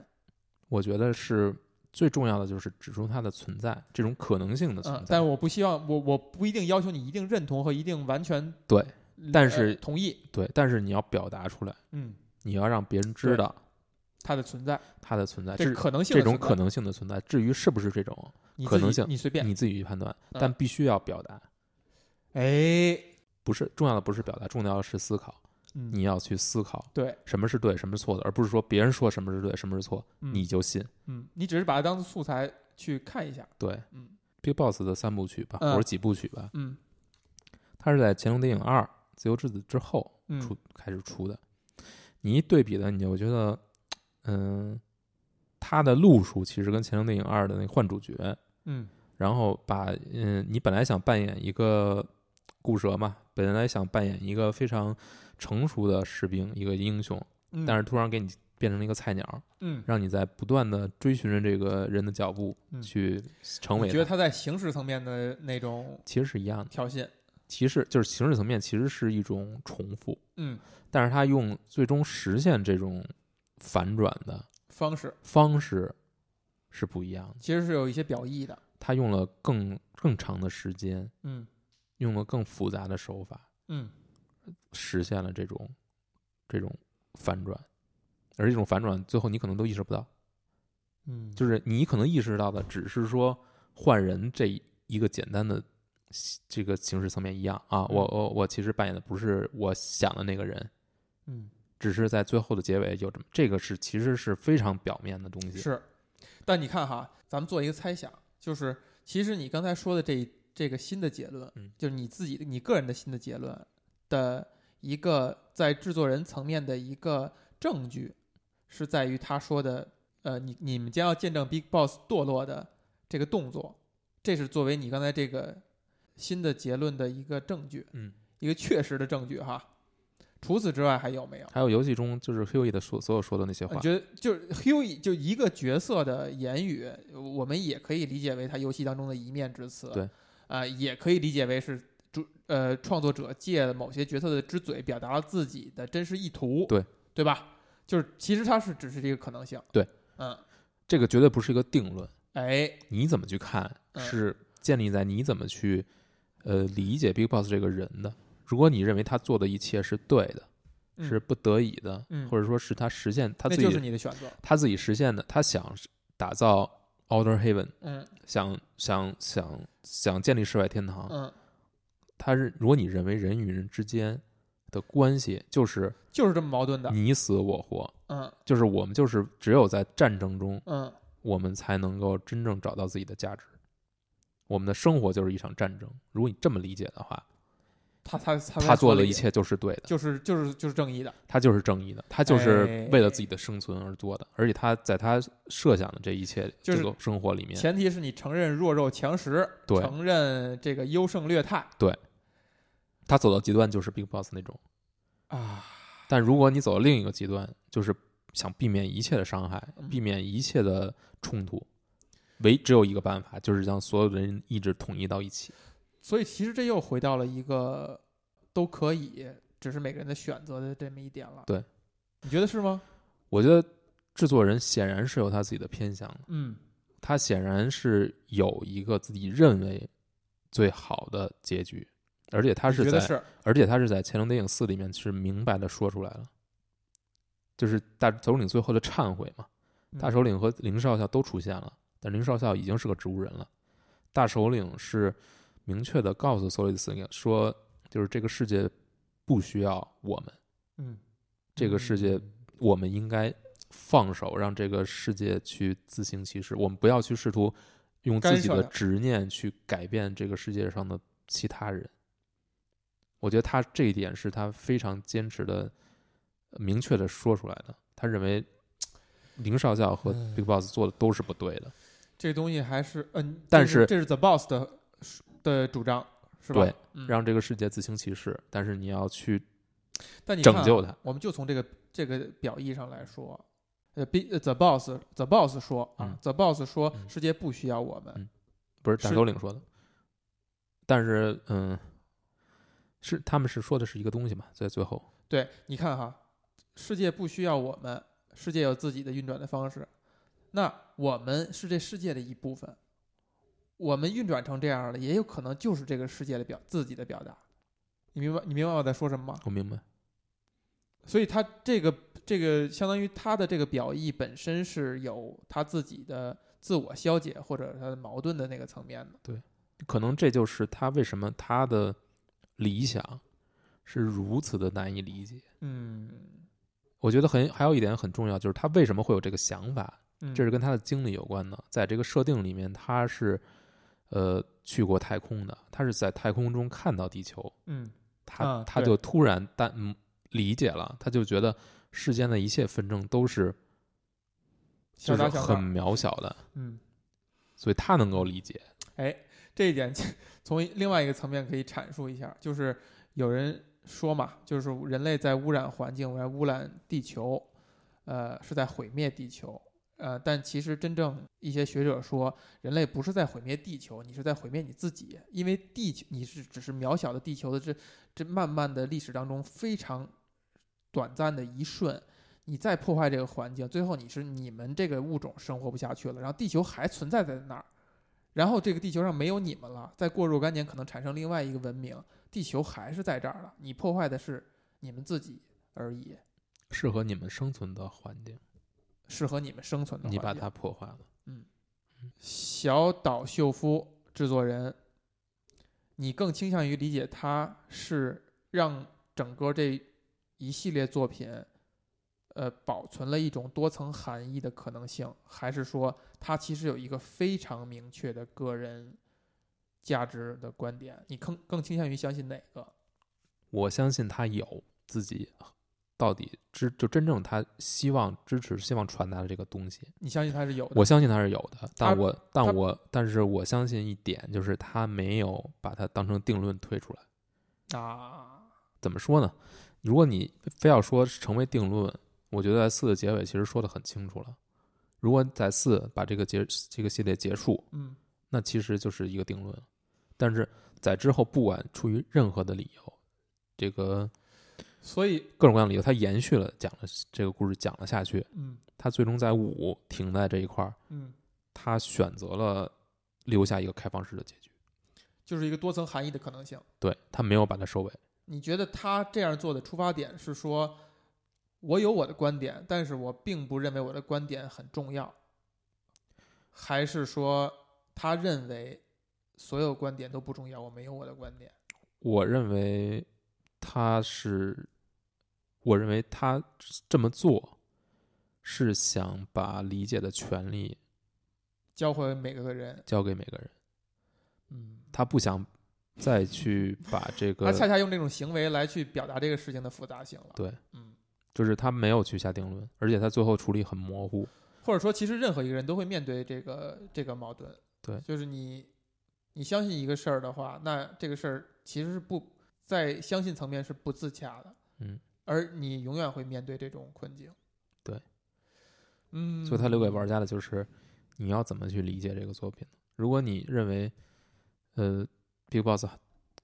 我觉得是最重要的就是指出它的存在，这种可能性的存
嗯，
在。
但我不希望我我不一定要求你一定认同和一定完全
对
呃，
但是
同意。
对，但是你要表达出来，
嗯，
你要让别人
对
知道
它的存在，
它的存在，
这
这
可能性
啊这
的
种
存在
可能性的存在。至于是不是这种，
你
可
自己
能性
你随便，
你自己去判断，
嗯
但必须要表达。
哎，
不是重要的，不是表达，重要的是思考。
嗯
你要去思考
对，
什么是对，什么是错的，而不是说别人说什么是对，什么是错，
嗯
你就信。
嗯，你只是把它当做素材去看一下，
对
嗯
，Big Boss 的三部曲吧，
嗯
或者几部曲吧，
嗯
它是在《乾隆电影二》《自由之子》之后出
嗯
开始出的。你一对比呢，你就觉得，嗯，它的路数其实跟《乾隆电影二》的那个换主角，
嗯
然后把嗯，你本来想扮演一个顾蛇嘛，本来想扮演一个非常成熟的士兵，一个英雄，
嗯，
但是突然给你变成了一个菜鸟，
嗯，
让你在不断的追寻着这个人的脚步
嗯
去成
我
为
觉得
他。
他在形式层面的那种
其实是一样的，
挑衅，
其实就是形式层面其实是一种重复，
嗯，
但是他用最终实现这种反转的
方式
方式是不一样的。
其实是有一些表意的，
他用了更更长的时间，
嗯
用了更复杂的手法，
嗯
实现了这种这种反转，而这种反转最后你可能都意识不到，
嗯，
就是你可能意识到的只是说换人这一个简单的这个形式层面一样啊，我我我其实扮演的不是我想的那个人，
嗯
只是在最后的结尾有这么这个是其实是非常表面的东西，
是，但你看哈，咱们做一个猜想，就是其实你刚才说的这一这个新的结论，
嗯
就是你自己的你个人的新的结论的一个在制作人层面的一个证据，是在于他说的，呃，你你们将要见证 Big Boss 堕落的这个动作，这是作为你刚才这个新的结论的一个证据，
嗯。
一个确实的证据哈。除此之外还有没有？
还有游戏中就是 Hughie 的所所有说的那些
我
话，
觉得呃就是 Hugh 就一个角色的言语，我们也可以理解为他游戏当中的一面之词，
对，
啊、也可以理解为是主呃创作者借某些角色的之嘴表达了自己的真实意图，
对，
对吧？就是其实它是只是这个可能性，
对，
嗯，
这个绝对不是一个定论，
哎，
你怎么去看
嗯
是建立在你怎么去呃理解 Big Boss 这个人的。如果你认为他做的一切是对的，
嗯
是不得已的，
嗯
或者说是他实现他
那
自
就是
己
你的选择，
他自己实现的，他想打造 Outer Heaven，
嗯
想想想想建立世外天堂。
嗯，
他是如果你认为人与人之间的关系就是
就是这么矛盾的，
你死我活，
嗯
就是我们就是只有在战争中，
嗯
我们才能够真正找到自己的价值。我们的生活就是一场战争。如果你这么理解的话，
他他他
他做的
了
一，切就是对的，
就是就是就是正义的，
他就是正义的，他就是
哎
为了自己的生存而做的，而且他在他设想的这一切
就
这
是
个生活里面，
前提是你承认弱肉强食，
对
承认这个优胜劣汰
他走到极端就是 Big Boss 那种。
啊。
但如果你走到另一个极端，就是想避免一切的伤害，
嗯
避免一切的冲突，唯只有一个办法，就是让所有的人一直统一到一起。
所以其实这又回到了一个都可以，只是每个人的选择的这么一点了。
对，
你觉得是吗？
我觉得制作人显然是有他自己的偏向的。
嗯
他显然是有一个自己认为最好的结局，而且他
你
是
觉
在，
得是
而且他是在《乾隆电影四》里面是明白的说出来了，就是大首领最后的忏悔嘛，
嗯
大首领和林少校都出现了，但林少校已经是个植物人了，大首领是明确的告诉索里斯说，就是这个世界不需要我们，
嗯，
这个世界我们应该放手，让这个世界去自行其是。我们不要去试图用自己
干涉
的
它
执念去改变这个世界上的其他人。我觉得他这一点是他非常坚持的、明确的说出来的。他认为林少校和
嗯
Big Boss 做的都是不对的，
这个东西还是嗯，这
但
是
是
这是 The Boss 的的主张是吧？
对，
嗯
让这个世界自行其是。但是你要去
但你看啊
拯救他，
我们就从这个这个表意上来说，呃，B The Boss The Boss 说啊、
嗯
t h e Boss 说
嗯
世界不需要我们，
嗯不是大
是
首领说的。但是，嗯，是他们是说的是一个东西嘛，在最后。
对，你看哈，世界不需要我们，世界有自己的运转的方式。那我们是这世界的一部分，我们运转成这样了，也有可能就是这个世界的表自己的表达。你明白？你明白我在说什么吗？
我明白，
所以他这个这个相当于他的这个表意本身是有他自己的自我消解或者他的矛盾的那个层面的。
可能这就是他为什么他的理想是如此的难以理解。
嗯，
我觉得很还有一点很重要，就是他为什么会有这个想法，
嗯
这是跟他的经历有关的。在这个设定里面，他是呃去过太空的，他是在太空中看到地球，
嗯
他、
啊
他
对
就突然但嗯理解了，他就觉得世间的一切纷争都是
小
就是
打小
很
闹。
渺小的，
嗯，
所以他能够理解。
哎，这一点从另外一个层面可以阐述一下，就是有人说嘛，就是人类在污染环境、在污染地球，呃，是在毁灭地球。呃，但其实真正一些学者说，人类不是在毁灭地球，你是在毁灭你自己，因为地球你是只是渺小的地球的这这漫漫的历史当中非常短暂的一瞬，你再破坏这个环境，最后你是你们这个物种生活不下去了，然后地球还存在在那儿，然后这个地球上没有你们了，再过若干年可能产生另外一个文明，地球还是在这儿了，你破坏的是你们自己而已，
适合你们生存的环境，
适合你们生存的环
你
境。
把它破坏了。
小岛秀夫制作人，你更倾向于理解他是让整个这一系列作品，呃，保存了一种多层含义的可能性，还是说他其实有一个非常明确的个人价值的观点？你更更倾向于相信哪个？
我相信他有自己到底支就真正他希望支持、希望传达的这个东西，
你相信他是有的？
我相信他是有的。但
他
我
他
但我但是我相信一点，就是他没有把它当成定论推出来。
啊，
怎么说呢？如果你非要说成为定论，我觉得在四的结尾其实说的很清楚了。如果在四把这个结这个系列结束，
嗯
那其实就是一个定论。但是在之后，不管出于任何的理由，这个，
所以
各种各样的理由，它延续了讲了这个故事讲了下去。
嗯
他最终在五停在这一块儿，
嗯，
他选择了留下一个开放式的结局，
就是一个多层含义的可能性。
对他没有把它收尾。
你觉得他这样做的出发点是说，我有我的观点，但是我并不认为我的观点很重要，还是说他认为所有观点都不重要，我没有我的观点？
我认为他是，我认为他这么做是想把理解的权利
教会每个人，
交给每个人，
嗯，
他不想再去把这
他
个，
恰恰用这种行为来去表达这个事情的复杂性了。
对，
嗯，
就是他没有去下定论，而且他最后处理很模糊。
或者说，其实任何一个人都会面对这个这个矛盾。
对
就是你你相信一个事儿的话，那这个事儿其实是不在相信层面是不自洽的。
嗯，
而你永远会面对这种困境。
对，
嗯，
所以他留给玩家的就是你要怎么去理解这个作品。如果你认为，呃，Big Boss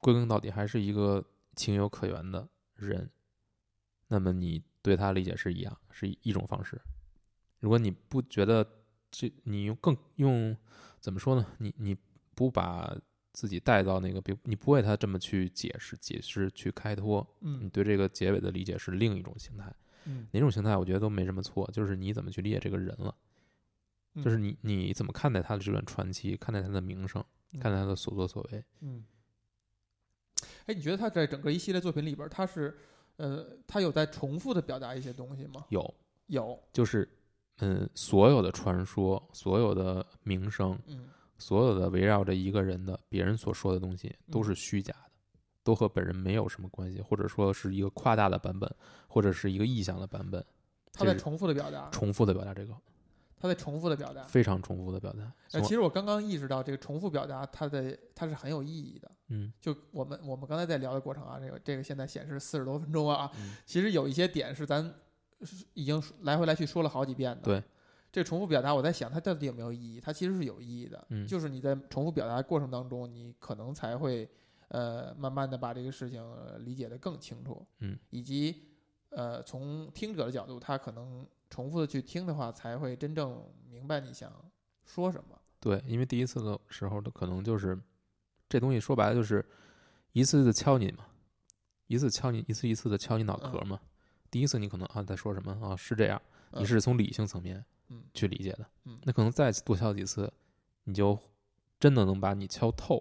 归根到底还是一个情有可原的人，那么你对他理解是一样，是一种方式。如果你不觉得这，你用更用怎么说呢？你你不把自己带到那个，比你不为他这么去解释、解释、去开脱，你
嗯
对这个结尾的理解是另一种形态。
嗯，
哪种形态，我觉得都没什么错，就是你怎么去理解这个人了，
嗯
就是你你怎么看待他的这段传奇，看待他的名声，
嗯
看待他的所作所为。
嗯。哎，你觉得他在整个一系列作品里边儿，他是呃，他有在重复的表达一些东西吗？
有，
有，
就是嗯，所有的传说，所有的名声，
嗯
所有的围绕着一个人的别人所说的东西都
嗯
是虚假的，都和本人没有什么关系，或者说是一个夸大的版本，或者是一个意象的版本，
他
这
在
是
重复的表达，
重复的表达这个
他在重复的表达。
非常重复的表达。
呃，
从
其实我刚刚意识到这个重复表达，它的它是很有意义的。
嗯
就我们我们刚才在聊的过程啊，这个这个现在显示四十多分钟啊，
嗯
其实有一些点是咱是已经来回来去说了好几遍的。
对，
这个重复表达，我在想它到底有没有意义？它其实是有意义的，
嗯
就是你在重复表达的过程当中，你可能才会呃慢慢的把这个事情呃理解的更清楚，
嗯，
以及呃从听者的角度，他可能重复的去听的话，才会真正明白你想说什么。
对，因为第一次的时候的可能就是这东西说白了就是一次次敲你嘛，一次敲你一次一次的敲你脑壳嘛，第一次你可能啊在说什么啊是这样，
嗯
你是从理性层面
嗯
去理解的，
嗯
那可能再多敲几次，你就真的能把你敲透。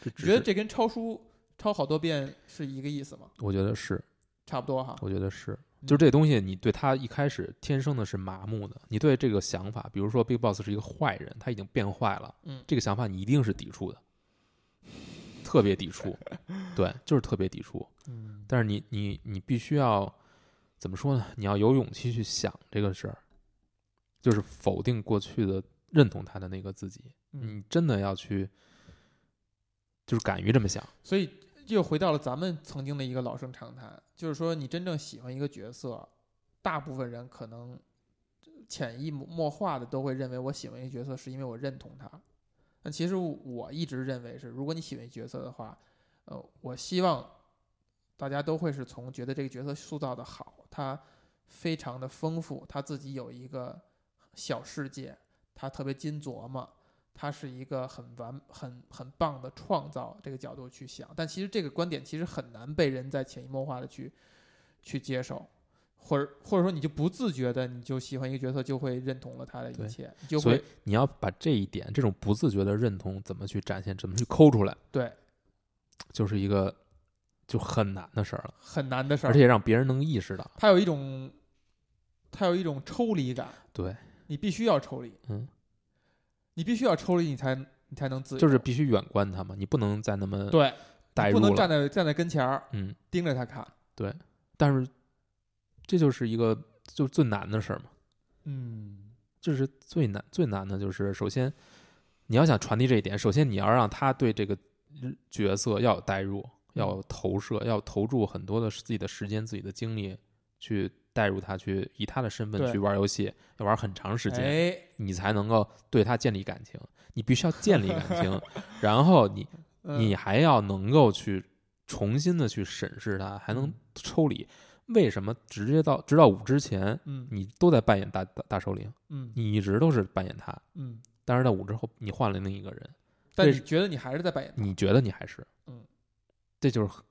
这
你
只
觉得
是
这跟抄书抄好多遍是一个意思吗？
我觉得是，
差不多哈。
我觉得是，
嗯
就这东西，你对他一开始天生的是麻木的，你对这个想法，比如说 Big Boss 是一个坏人，他已经变坏了，
嗯
这个想法你一定是抵触的，特别抵 触，对，就是特别抵触。
嗯
但是你你你必须要怎么说呢？你要有勇气去想这个事儿，就是否定过去的认同他的那个自己，
嗯，
你真的要去，就是敢于这么想。
所以又回到了咱们曾经的一个老生常谈，就是说你真正喜欢一个角色，大部分人可能潜移默化的都会认为我喜欢一个角色是因为我认同他。但其实我一直认为是，如果你喜欢一个角色的话，呃，我希望大家都会是从觉得这个角色塑造的好，他非常的丰富，他自己有一个小世界，他特别精琢磨，他是一个很完、很很棒的创造这个角度去想。但其实这个观点其实很难被人在潜移默化的去去接受。或者或者说，你就不自觉的，你就喜欢一个角色，就会认同了他的一
对
切，你就
所
会
以你要把这一点，这种不自觉的认同怎么去展现，怎么去抠出来，
对，
就是一个就很难的事儿了，
很难的事
而
儿。
且让别人能意识到。
它有一种，它有一种抽离感，
对，
你必须要抽离，
嗯，
你必须要抽离，你才你才能自由，
就是必须远观他嘛，你不能再那么
对，
带
不
入
能
了
站。在站在跟前儿
嗯，
盯着他看，
但是这就是一个就是最难的事儿嘛，
嗯，
就是最难最难的就是首先你要想传递这一点，首先你要让他对这个嗯角色要有代入，
嗯
要有投射，要投注很多的自己的时间、自己的精力去代入他，去以他的身份
对
去玩游戏，要玩很长时间。
哎，
你才能够对他建立感情。你必须要建立感 情，然后你
嗯
你还要能够去重新的去审视他，还能
嗯
抽离。为什么直接到直到五之前，
嗯
你都在扮演大大大首领，
嗯
你一直都是扮演他，
嗯，
但是到五之后你换了另一个人，
但
为
你
什
觉得你还是在扮演，
你觉得你还是，
嗯，
这就是很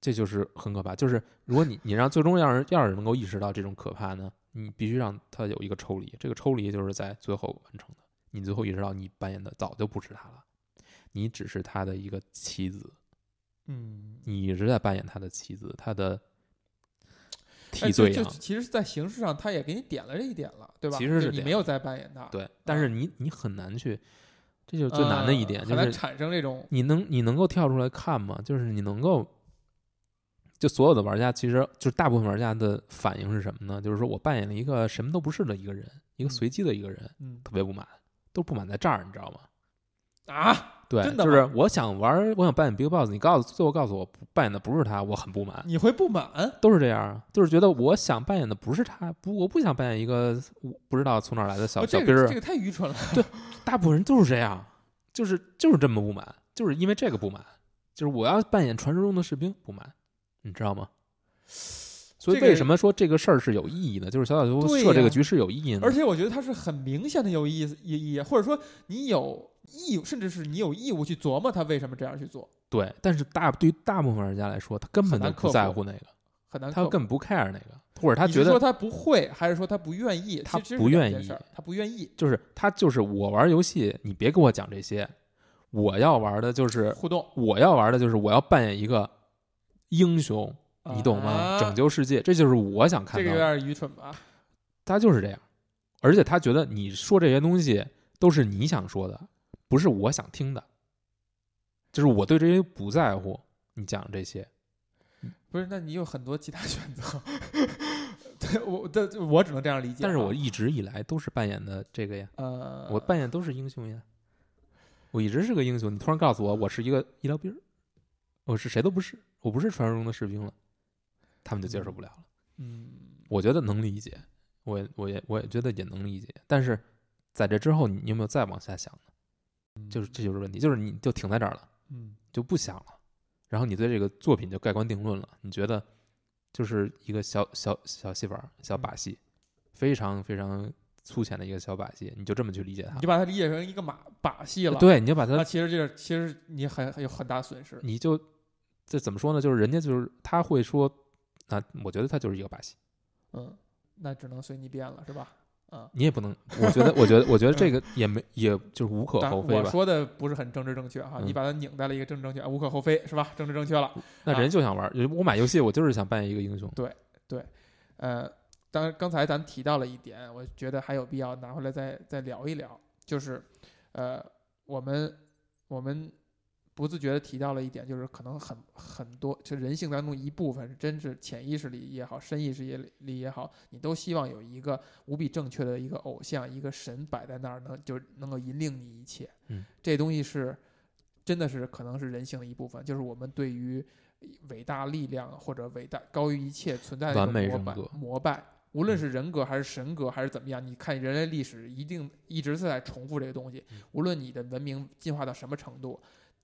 这就是很可怕。就是如果你你让最终让人要是能够意识到这种可怕呢，你必须让他有一个抽离，这个抽离就是在最后完成的。你最后意识到你扮演的早就不是他了，你只是他的一个棋子，
嗯，
你一直在扮演他的棋子，他的
哎
替
就
罪
哎就
羊。
其实，在形式上他也给你点了这一点了，对吧？
其实
就是你
点
没有在扮演他，
对，但是你你很难去，这就是最难的一点，
嗯
就
很难
是
产生这种，
你能你能够跳出来看吗？就是你能够，就所有的玩家其实就是大部分玩家的反应是什么呢？就是说我扮演了一个什么都不是的一个人，一个
嗯
随机的一个人，
嗯
特别不满，都不满在这儿，你知道吗？
啊，
对，
真的
就是
吗
我想玩，我想扮演 Big Boss，你告诉最后告诉我不扮演的不是他，我很不满，
你会不满，
都是这样啊，就是觉得我想扮演的不是他，不，我不想扮演一个我不知道从哪儿来的小
不
小
哦这
兵
个
儿啊
这，个太愚蠢了，
大部分人都是这样，就是就是这么不满，就是因为这个不满，就是我要扮演传说中的士兵不满，你知道吗？所以
这个
为什么说这个事儿是有意义的？就是小小球
对呀
设这个局是有意义的，
而且我觉得它是很明显的有意思意义，或者说你有义务，甚至是你有义务去琢磨他为什么这样去做，
对，但是大对于大部分玩家来说，他根本就
很难克
不
服
在乎那个，
很难克
他
服。
根本不 care 那个，或者他
你
觉
是说
得
他不会，还是说他不愿意？
他
其实是
不
两
愿
件
意
事儿，他不愿意
就是他就是我玩游戏，你别给我讲这些，我要玩的就是
互动，
我要玩的就是我要扮演一个英雄，你懂吗？
啊
拯救世界，这就是我想看
这
到
个
的
有。点愚蠢吧？
他就是这样，而且他觉得你说这些东西都是你想说的，不是我想听的，就是我对这些不在乎。你讲这些，
不是，那你有很多其他选择。 对，我这我只能这样理解啊。
但是我一直以来都是扮演的这个呀，
呃，
我扮演都是英雄呀，我一直是个英雄。你突然告诉我，我是一个医疗兵儿，我是谁都不是，我不是传说中的士兵了，他们就接受不了了。
嗯，
我觉得能理解，我也我也我也觉得也能理解，但是在这之后，你有没有再往下想呢？就是这就是问题，就是你就停在这儿了。
嗯
就不想了，然后你对这个作品就盖棺定论了，你觉得就是一个小小小戏法儿、
嗯
小把戏，非常非常粗浅的一个小把戏，你就这么去理解它
你就把它理解成一个马把戏了。，
对，你就把它
那，其实就是其实你很很有很大损失。
你就这怎么说呢？就是人家就是他会说，那我觉得他就是一个把戏，
嗯，那只能随你便了，是吧？啊，
你也不能，我觉得，我觉得，我觉得这个也没，也就是无可
当
厚
然
非
我
吧。
说的不是很政治正确哈，
嗯
你把它拧在了一个政治正确，啊无可厚非，是吧？政治正确了。
那人就想玩，我买游戏我就是想扮演一个英雄。
呃，当然刚才咱提到了一点，我觉得还有必要拿回来再再聊一聊，就是呃，我们我们不自觉的提到了一点，就是可能很很多，就人性当中一部分，真是潜意识里也好，深意识也里也好，你都希望有一个无比正确的一个偶像，一个神摆在那儿，能就是能够引领你一切。
嗯，
这东西是真的是可能是人性的一部分，就是我们对于伟大力量或者伟大高于一切存在的
完美
一个
人
膜拜
格嗯
膜拜。无论是人格还是神格还是怎么样，你看人类历史一定一直是在重复这个东西
嗯。
无论你的文明进化到什么程度，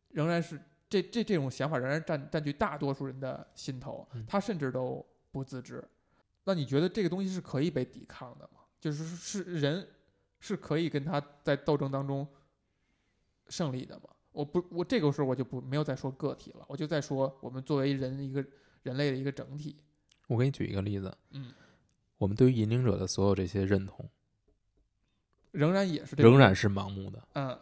仍然是这这这种想法仍然占占据大多数人的心头
嗯，
他甚至都不自知。那你觉得这个东西是可以被抵抗的吗？就是是人是可以跟他在斗争当中胜利的吗？我不，我这个时候我就不没有再说个体了，我就在说我们作为人一个人类的一个整体。
我给你举一个例子，
嗯，
我们对于引领者的所有这些认同，
仍然也是这个
仍然是盲目的。
嗯，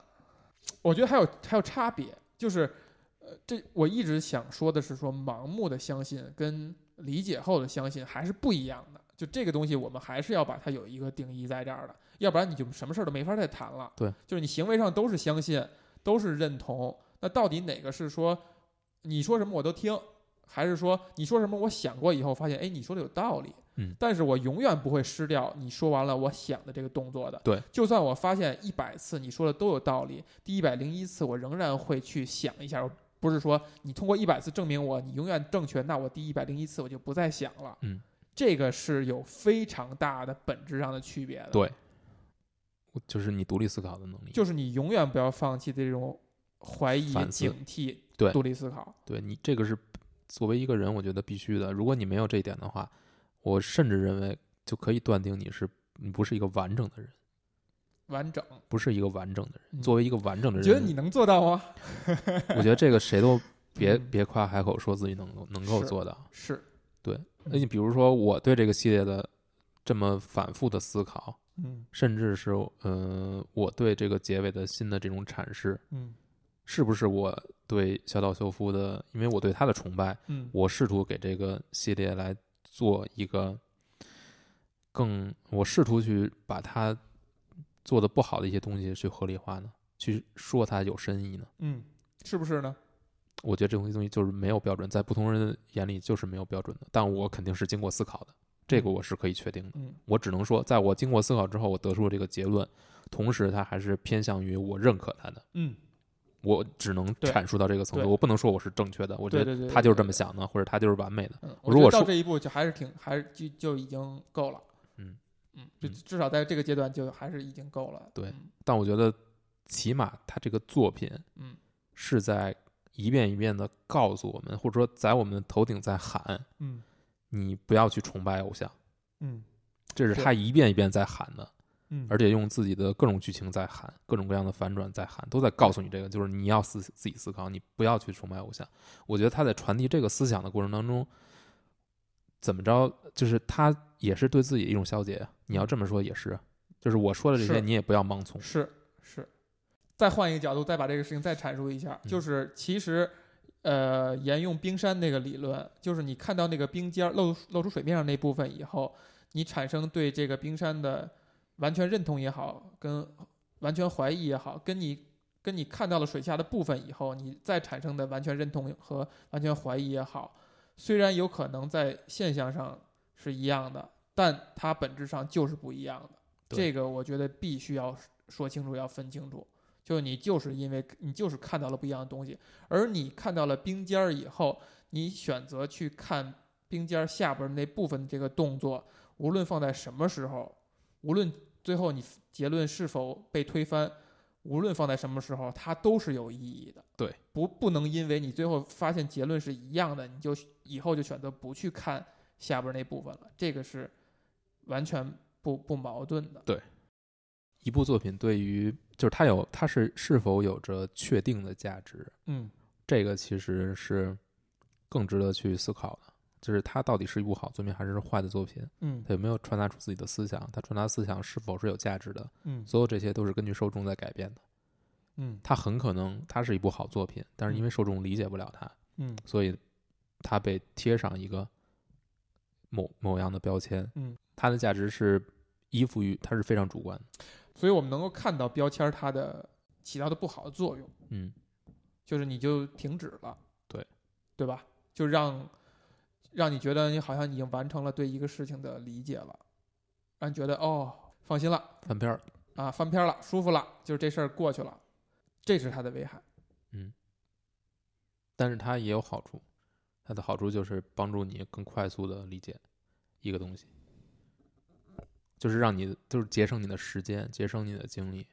我觉得还有还有差别，就是呃，这我一直想说的是说盲目的相信跟理解后的相信还是不一样的。就这个东西，我们还是要把它有一个定义在这儿的，要不然你就什么事儿都没法再谈了。
对，
就是你行为上都是相信，都是认同，那到底哪个是说你说什么我都听，还是说你说什么我想过以后发现，哎，你说的有道理，
嗯，
但是我永远不会失掉你说完了我想的这个动作的，
对，
就算我发现一百次你说的都有道理，第一百零一次我仍然会去想一下，不是说你通过一百次证明我你永远正确，那我第一百零一次我就不再想了，
嗯，
这个是有非常大的本质上的区别的，
对我就是你独立思考的能力，
就是你永远不要放弃这种怀疑、
反思
警惕、
对
独立思考。
对你这个是作为一个人，我觉得必须的。如果你没有这一点的话，我甚至认为就可以断定你是你不是一个完整的人，
完整。
不是一个完整的
嗯
人。作为一个完整的
你
人，
觉得你能做到吗？
我觉得这个谁都别
嗯
别夸海口说自己能够能够
是嗯
做到。
是，
那你比如说，我对这个系列的这么反复的思考，
嗯
甚至是嗯、呃我对这个结尾的新的这种阐释，
嗯
是不是我对小岛秀夫的，因为我对他的崇拜，
嗯，
我试图给这个系列来做一个更，我试图去把它做的不好的一些东西去合理化呢，去说它有深意呢？
嗯，是不是呢？
我觉得这东西东西就是没有标准，在不同人的眼里就是没有标准的，但我肯定是经过思考的，这个我是可以确定的。
嗯
我只能说，在我经过思考之后，我得出了这个结论，同时它还是偏向于我认可它的。
嗯，
我只能
对
阐述到这个层次，
对
我不能说我是正确的，我觉
对对
得
对
他就是
对
这
对
么想的，或者他就是完美的。
嗯，
我
我
如
觉
果
得到
说
这一步就还是挺，还是就就已经够了。
嗯
嗯，就
嗯
至少在这个阶段就还是已经够了。
对
嗯
但我觉得，起码他这个作品
嗯
是在一遍一遍的告诉我们，或者说在我们头顶在喊，
嗯
你不要去崇拜偶像，
嗯
这是
对
他一遍一遍在喊的。
嗯，
而且用自己的各种剧情在喊，各种各样的反转在喊，都在告诉你这个，就是你要思自己思考，你不要去崇拜偶像。我觉得他在传递这个思想的过程当中，怎么着，就是他也是对自己的一种消解。啊你要这么说也是，就是我说的这些，
是
你也不要盲从。
是是。再换一个角度，再把这个事情再阐述一下，
嗯
就是其实，呃，沿用冰山那个理论，就是你看到那个冰尖儿露出露出水面上那部分以后，你产生对这个冰山的完全认同也好，跟完全怀疑也好，跟你跟你看到了水下的部分以后，你再产生的完全认同和完全怀疑也好，虽然有可能在现象上是一样的，但它本质上就是不一样的。
对
这个我觉得必须要说清楚，要分清楚。就是你就是因为你就是看到了不一样的东西，而你看到了冰尖儿以后，你选择去看冰尖儿下边儿那部分这个动作，无论放在什么时候，无论最后你结论是否被推翻，无论放在什么时候，它都是有意义的。
对，
不不能因为你最后发现结论是一样的，你就以后就选择不去看下边那部分了，这个是完全不不矛盾的。
一部作品对于，就是它有，它是是否有着确定的价值，
嗯
这个其实是更值得去思考的。就是它到底是一部好作品还是坏的作品，
嗯
它有没有传达出自己的思想，它传达思想是否是有价值的，
嗯
所有这些都是根据受众在改变的。
嗯
它很可能它是一部好作品，但是因为受众理解不了它，
嗯
所以它被贴上一个某某样的标签。
嗯，
它的价值是依附于它是非常主观的。
所以我们能够看到标签儿它的起到的不好的作用，
嗯，
就是你就停止了，
对
对吧？就让让你觉得你好像已经完成了对一个事情的理解了，让你觉得哦放心了
翻篇儿。
啊翻篇儿了舒服了，就是这事儿过去了，这是它的危害。
但是它也有好处，它的好处就是帮助你更快速的理解一个东西，就是让你就是节省你的时间，节省你的精力。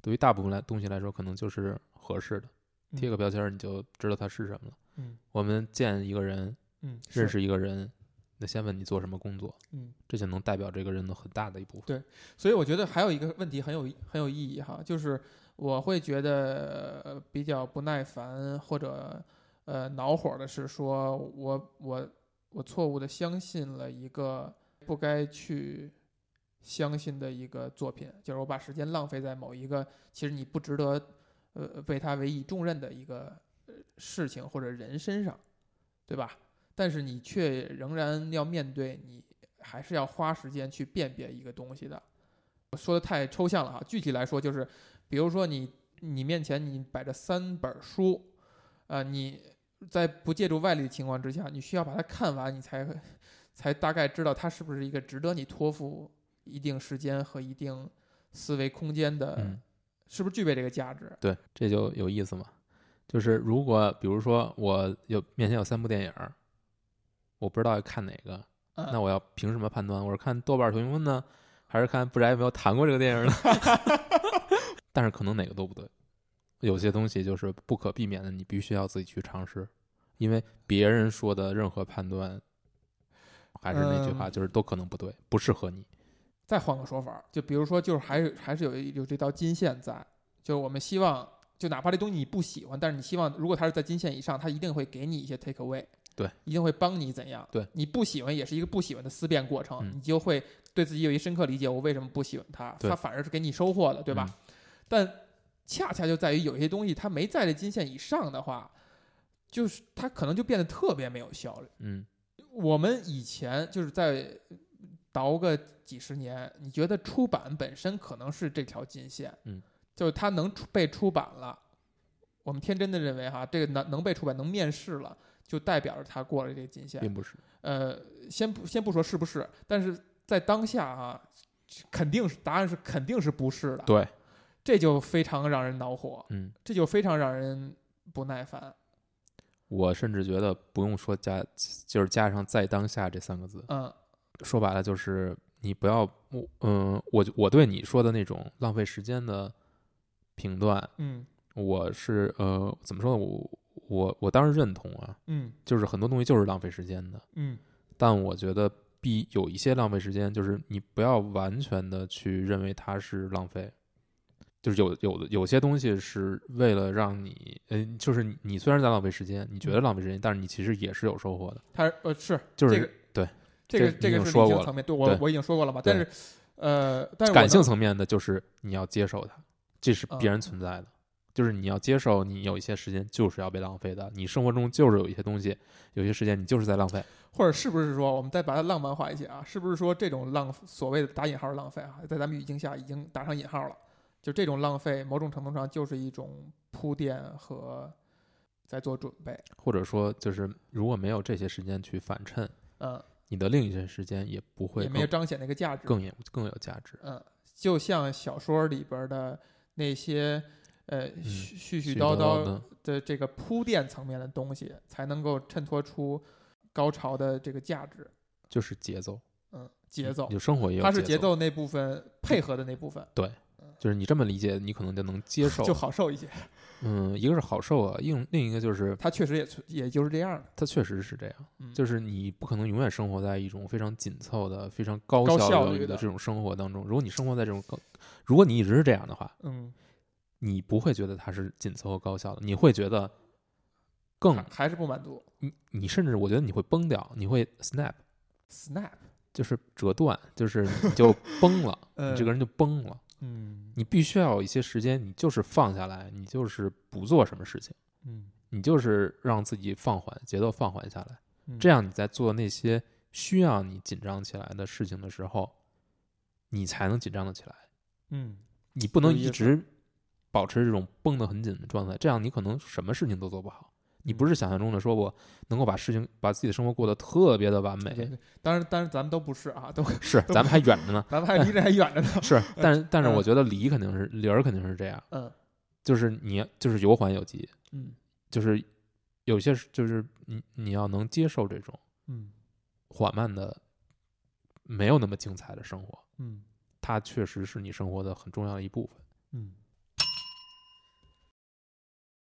对于大部分来东西来说，可能就是合适的，贴个标签儿你就知道它是什么了。
嗯
我们见一个人，
嗯
认识一个人，那先问你做什么工作，
嗯，
这就能代表这个人的很大的一部分。
所以我觉得还有一个问题很有很有意义哈，就是我会觉得呃比较不耐烦或者呃恼火的是说我我我错误的相信了一个不该去相信的一个作品，就是我把时间浪费在某一个其实你不值得呃为他委以重任的一个呃事情或者人身上，对吧？但是你却仍然要面对你。还是要花时间去辨别一个东西的，我说的太抽象了哈。具体来说，就是比如说你你面前你摆着三本书，呃，你在不借助外力的情况之下，你需要把它看完，你才才大概知道它是不是一个值得你托付一定时间和一定思维空间的，
嗯，
是不是具备这个价值？
对，这就有意思嘛。就是如果比如说我有面前有三部电影儿，我不知道要看哪个，
嗯、
那我要凭什么判断？我是看豆瓣儿评分呢，还是看不知道有没有谈过这个电影呢？ 但是可能哪个都不对，有些东西就是不可避免的，你必须要自己去尝试，因为别人说的任何判断，还是那句话，
嗯
就是都可能不对，不适合你。
再换个说法儿，就比如说，就是还是还是有一有这道金线在，就是我们希望，就哪怕这东西你不喜欢，但是你希望，如果它是在金线以上，它一定会给你一些 take away，
对，
一定会帮你怎样？
对，
你不喜欢也是一个不喜欢的思辨过程，
嗯
你就会对自己有一深刻理解，我为什么不喜欢它？
对嗯
它反而是给你收获的，对吧？但恰恰就在于有些东西它没在这金线以上的话，就是它可能就变得特别没有效率。
嗯？
我们以前就是在倒个几十年，你觉得出版本身可能是这条金线，
嗯，
就是它能出被出版了，我们天真的认为哈，这个能能被出版能面世了，就代表着它过了这个金
嗯，
线。
并不是。
呃，先不先不说是不是，但是在当下啊，肯定是答案是肯定是不是的，
对，
这就非常让人恼火，
嗯，
这就非常让人不耐烦。
我甚至觉得不用说加，就是加上“在当下”这三个字，
嗯
说白了就是你不要，我嗯，我就我对你说的那种浪费时间的评断，
嗯
我是呃怎么说呢？我我我当然认同啊，
嗯
就是很多东西就是浪费时间的，
嗯
但我觉得必有一些浪费时间，就是你不要完全的去认为它是浪费。就是有有的有些东西是为了让你，嗯、就是你你虽然在浪费时间，你觉得浪费时间，但是你其实也是有收获的。
他呃是
就
嗯
是、
这个这
这
个
你
这
已
个
经
是
说
理性
过
层面，对我
对
我已经说过了嘛。
对
但是，呃，但是我
感
能
性层面的，就是你要接受它，这是
嗯
必然存在的。就是你要接受，你有一些时间就是要被浪费的，你生活中就是有一些东西，有些时间你就是在浪费。
或者是不是说，我们再把它浪漫化一些啊？是不是说这种浪所谓的打引号的浪费啊，在咱们语境下已经打上引号了？就这种浪费，某种程度上就是一种铺垫和在做准备。
或者说，就是如果没有这些时间去反衬，
嗯，
你的另一些时间也不会
也没有
更
彰显那个价值。
更有更有价值。
嗯，就像小说里边的那些呃
嗯
絮絮絮
絮絮
叨叨
的，
的这个铺垫层面的东西，才能够衬托出高潮的这个价值。
就是节奏，
嗯，节奏
你，就生活也有
它是
节嗯
节，奏那部分配合的那部分，
就是你这么理解，你可能就能接 受。
就好受一些。
嗯，一个是好受啊，另另一个就是
它确实也存也就是这样的，
它确实是这样，
嗯
就是你不可能永远生活在一种非常紧凑的、非常高
高效
率
率
的
的
这种生活当中。如果你生活在这种高，如果你一直是这样的话，
嗯，
你不会觉得它是紧凑和高效的，你会觉得更
还还是不满足
你你甚至我觉得你会崩掉，你会 snap，
，snap，
就是折断，就是你 就崩了，
呃
你这个人就崩了。
嗯
你必须要有一些时间，你就是放下来，你就是不做什么事情，
嗯，
你就是让自己放缓节奏放缓下来。
嗯
这样你在做那些需要你紧张起来的事情的时候，你才能紧张的起来。
嗯
你不能
有意
一
思
直保持这种绷得很紧的状态，这样你可能什么事情都做不好。你
嗯
不是想象中的说我能够把事情、把自己的生活过得特别的完
对对
美，
对，当然当然咱们都不是啊， 都
是，
都
咱们还远
。
着呢
咱们还离这还远着 呢，
是，但是但是
嗯
我觉得理肯定是理儿肯定是这样，
嗯
就是你就是有缓有急，
嗯
就是有些是就是你你要能接受这种
嗯
缓慢的、没有那么精彩的生活，
嗯
它确实是你生活的很重要的一部分。
嗯，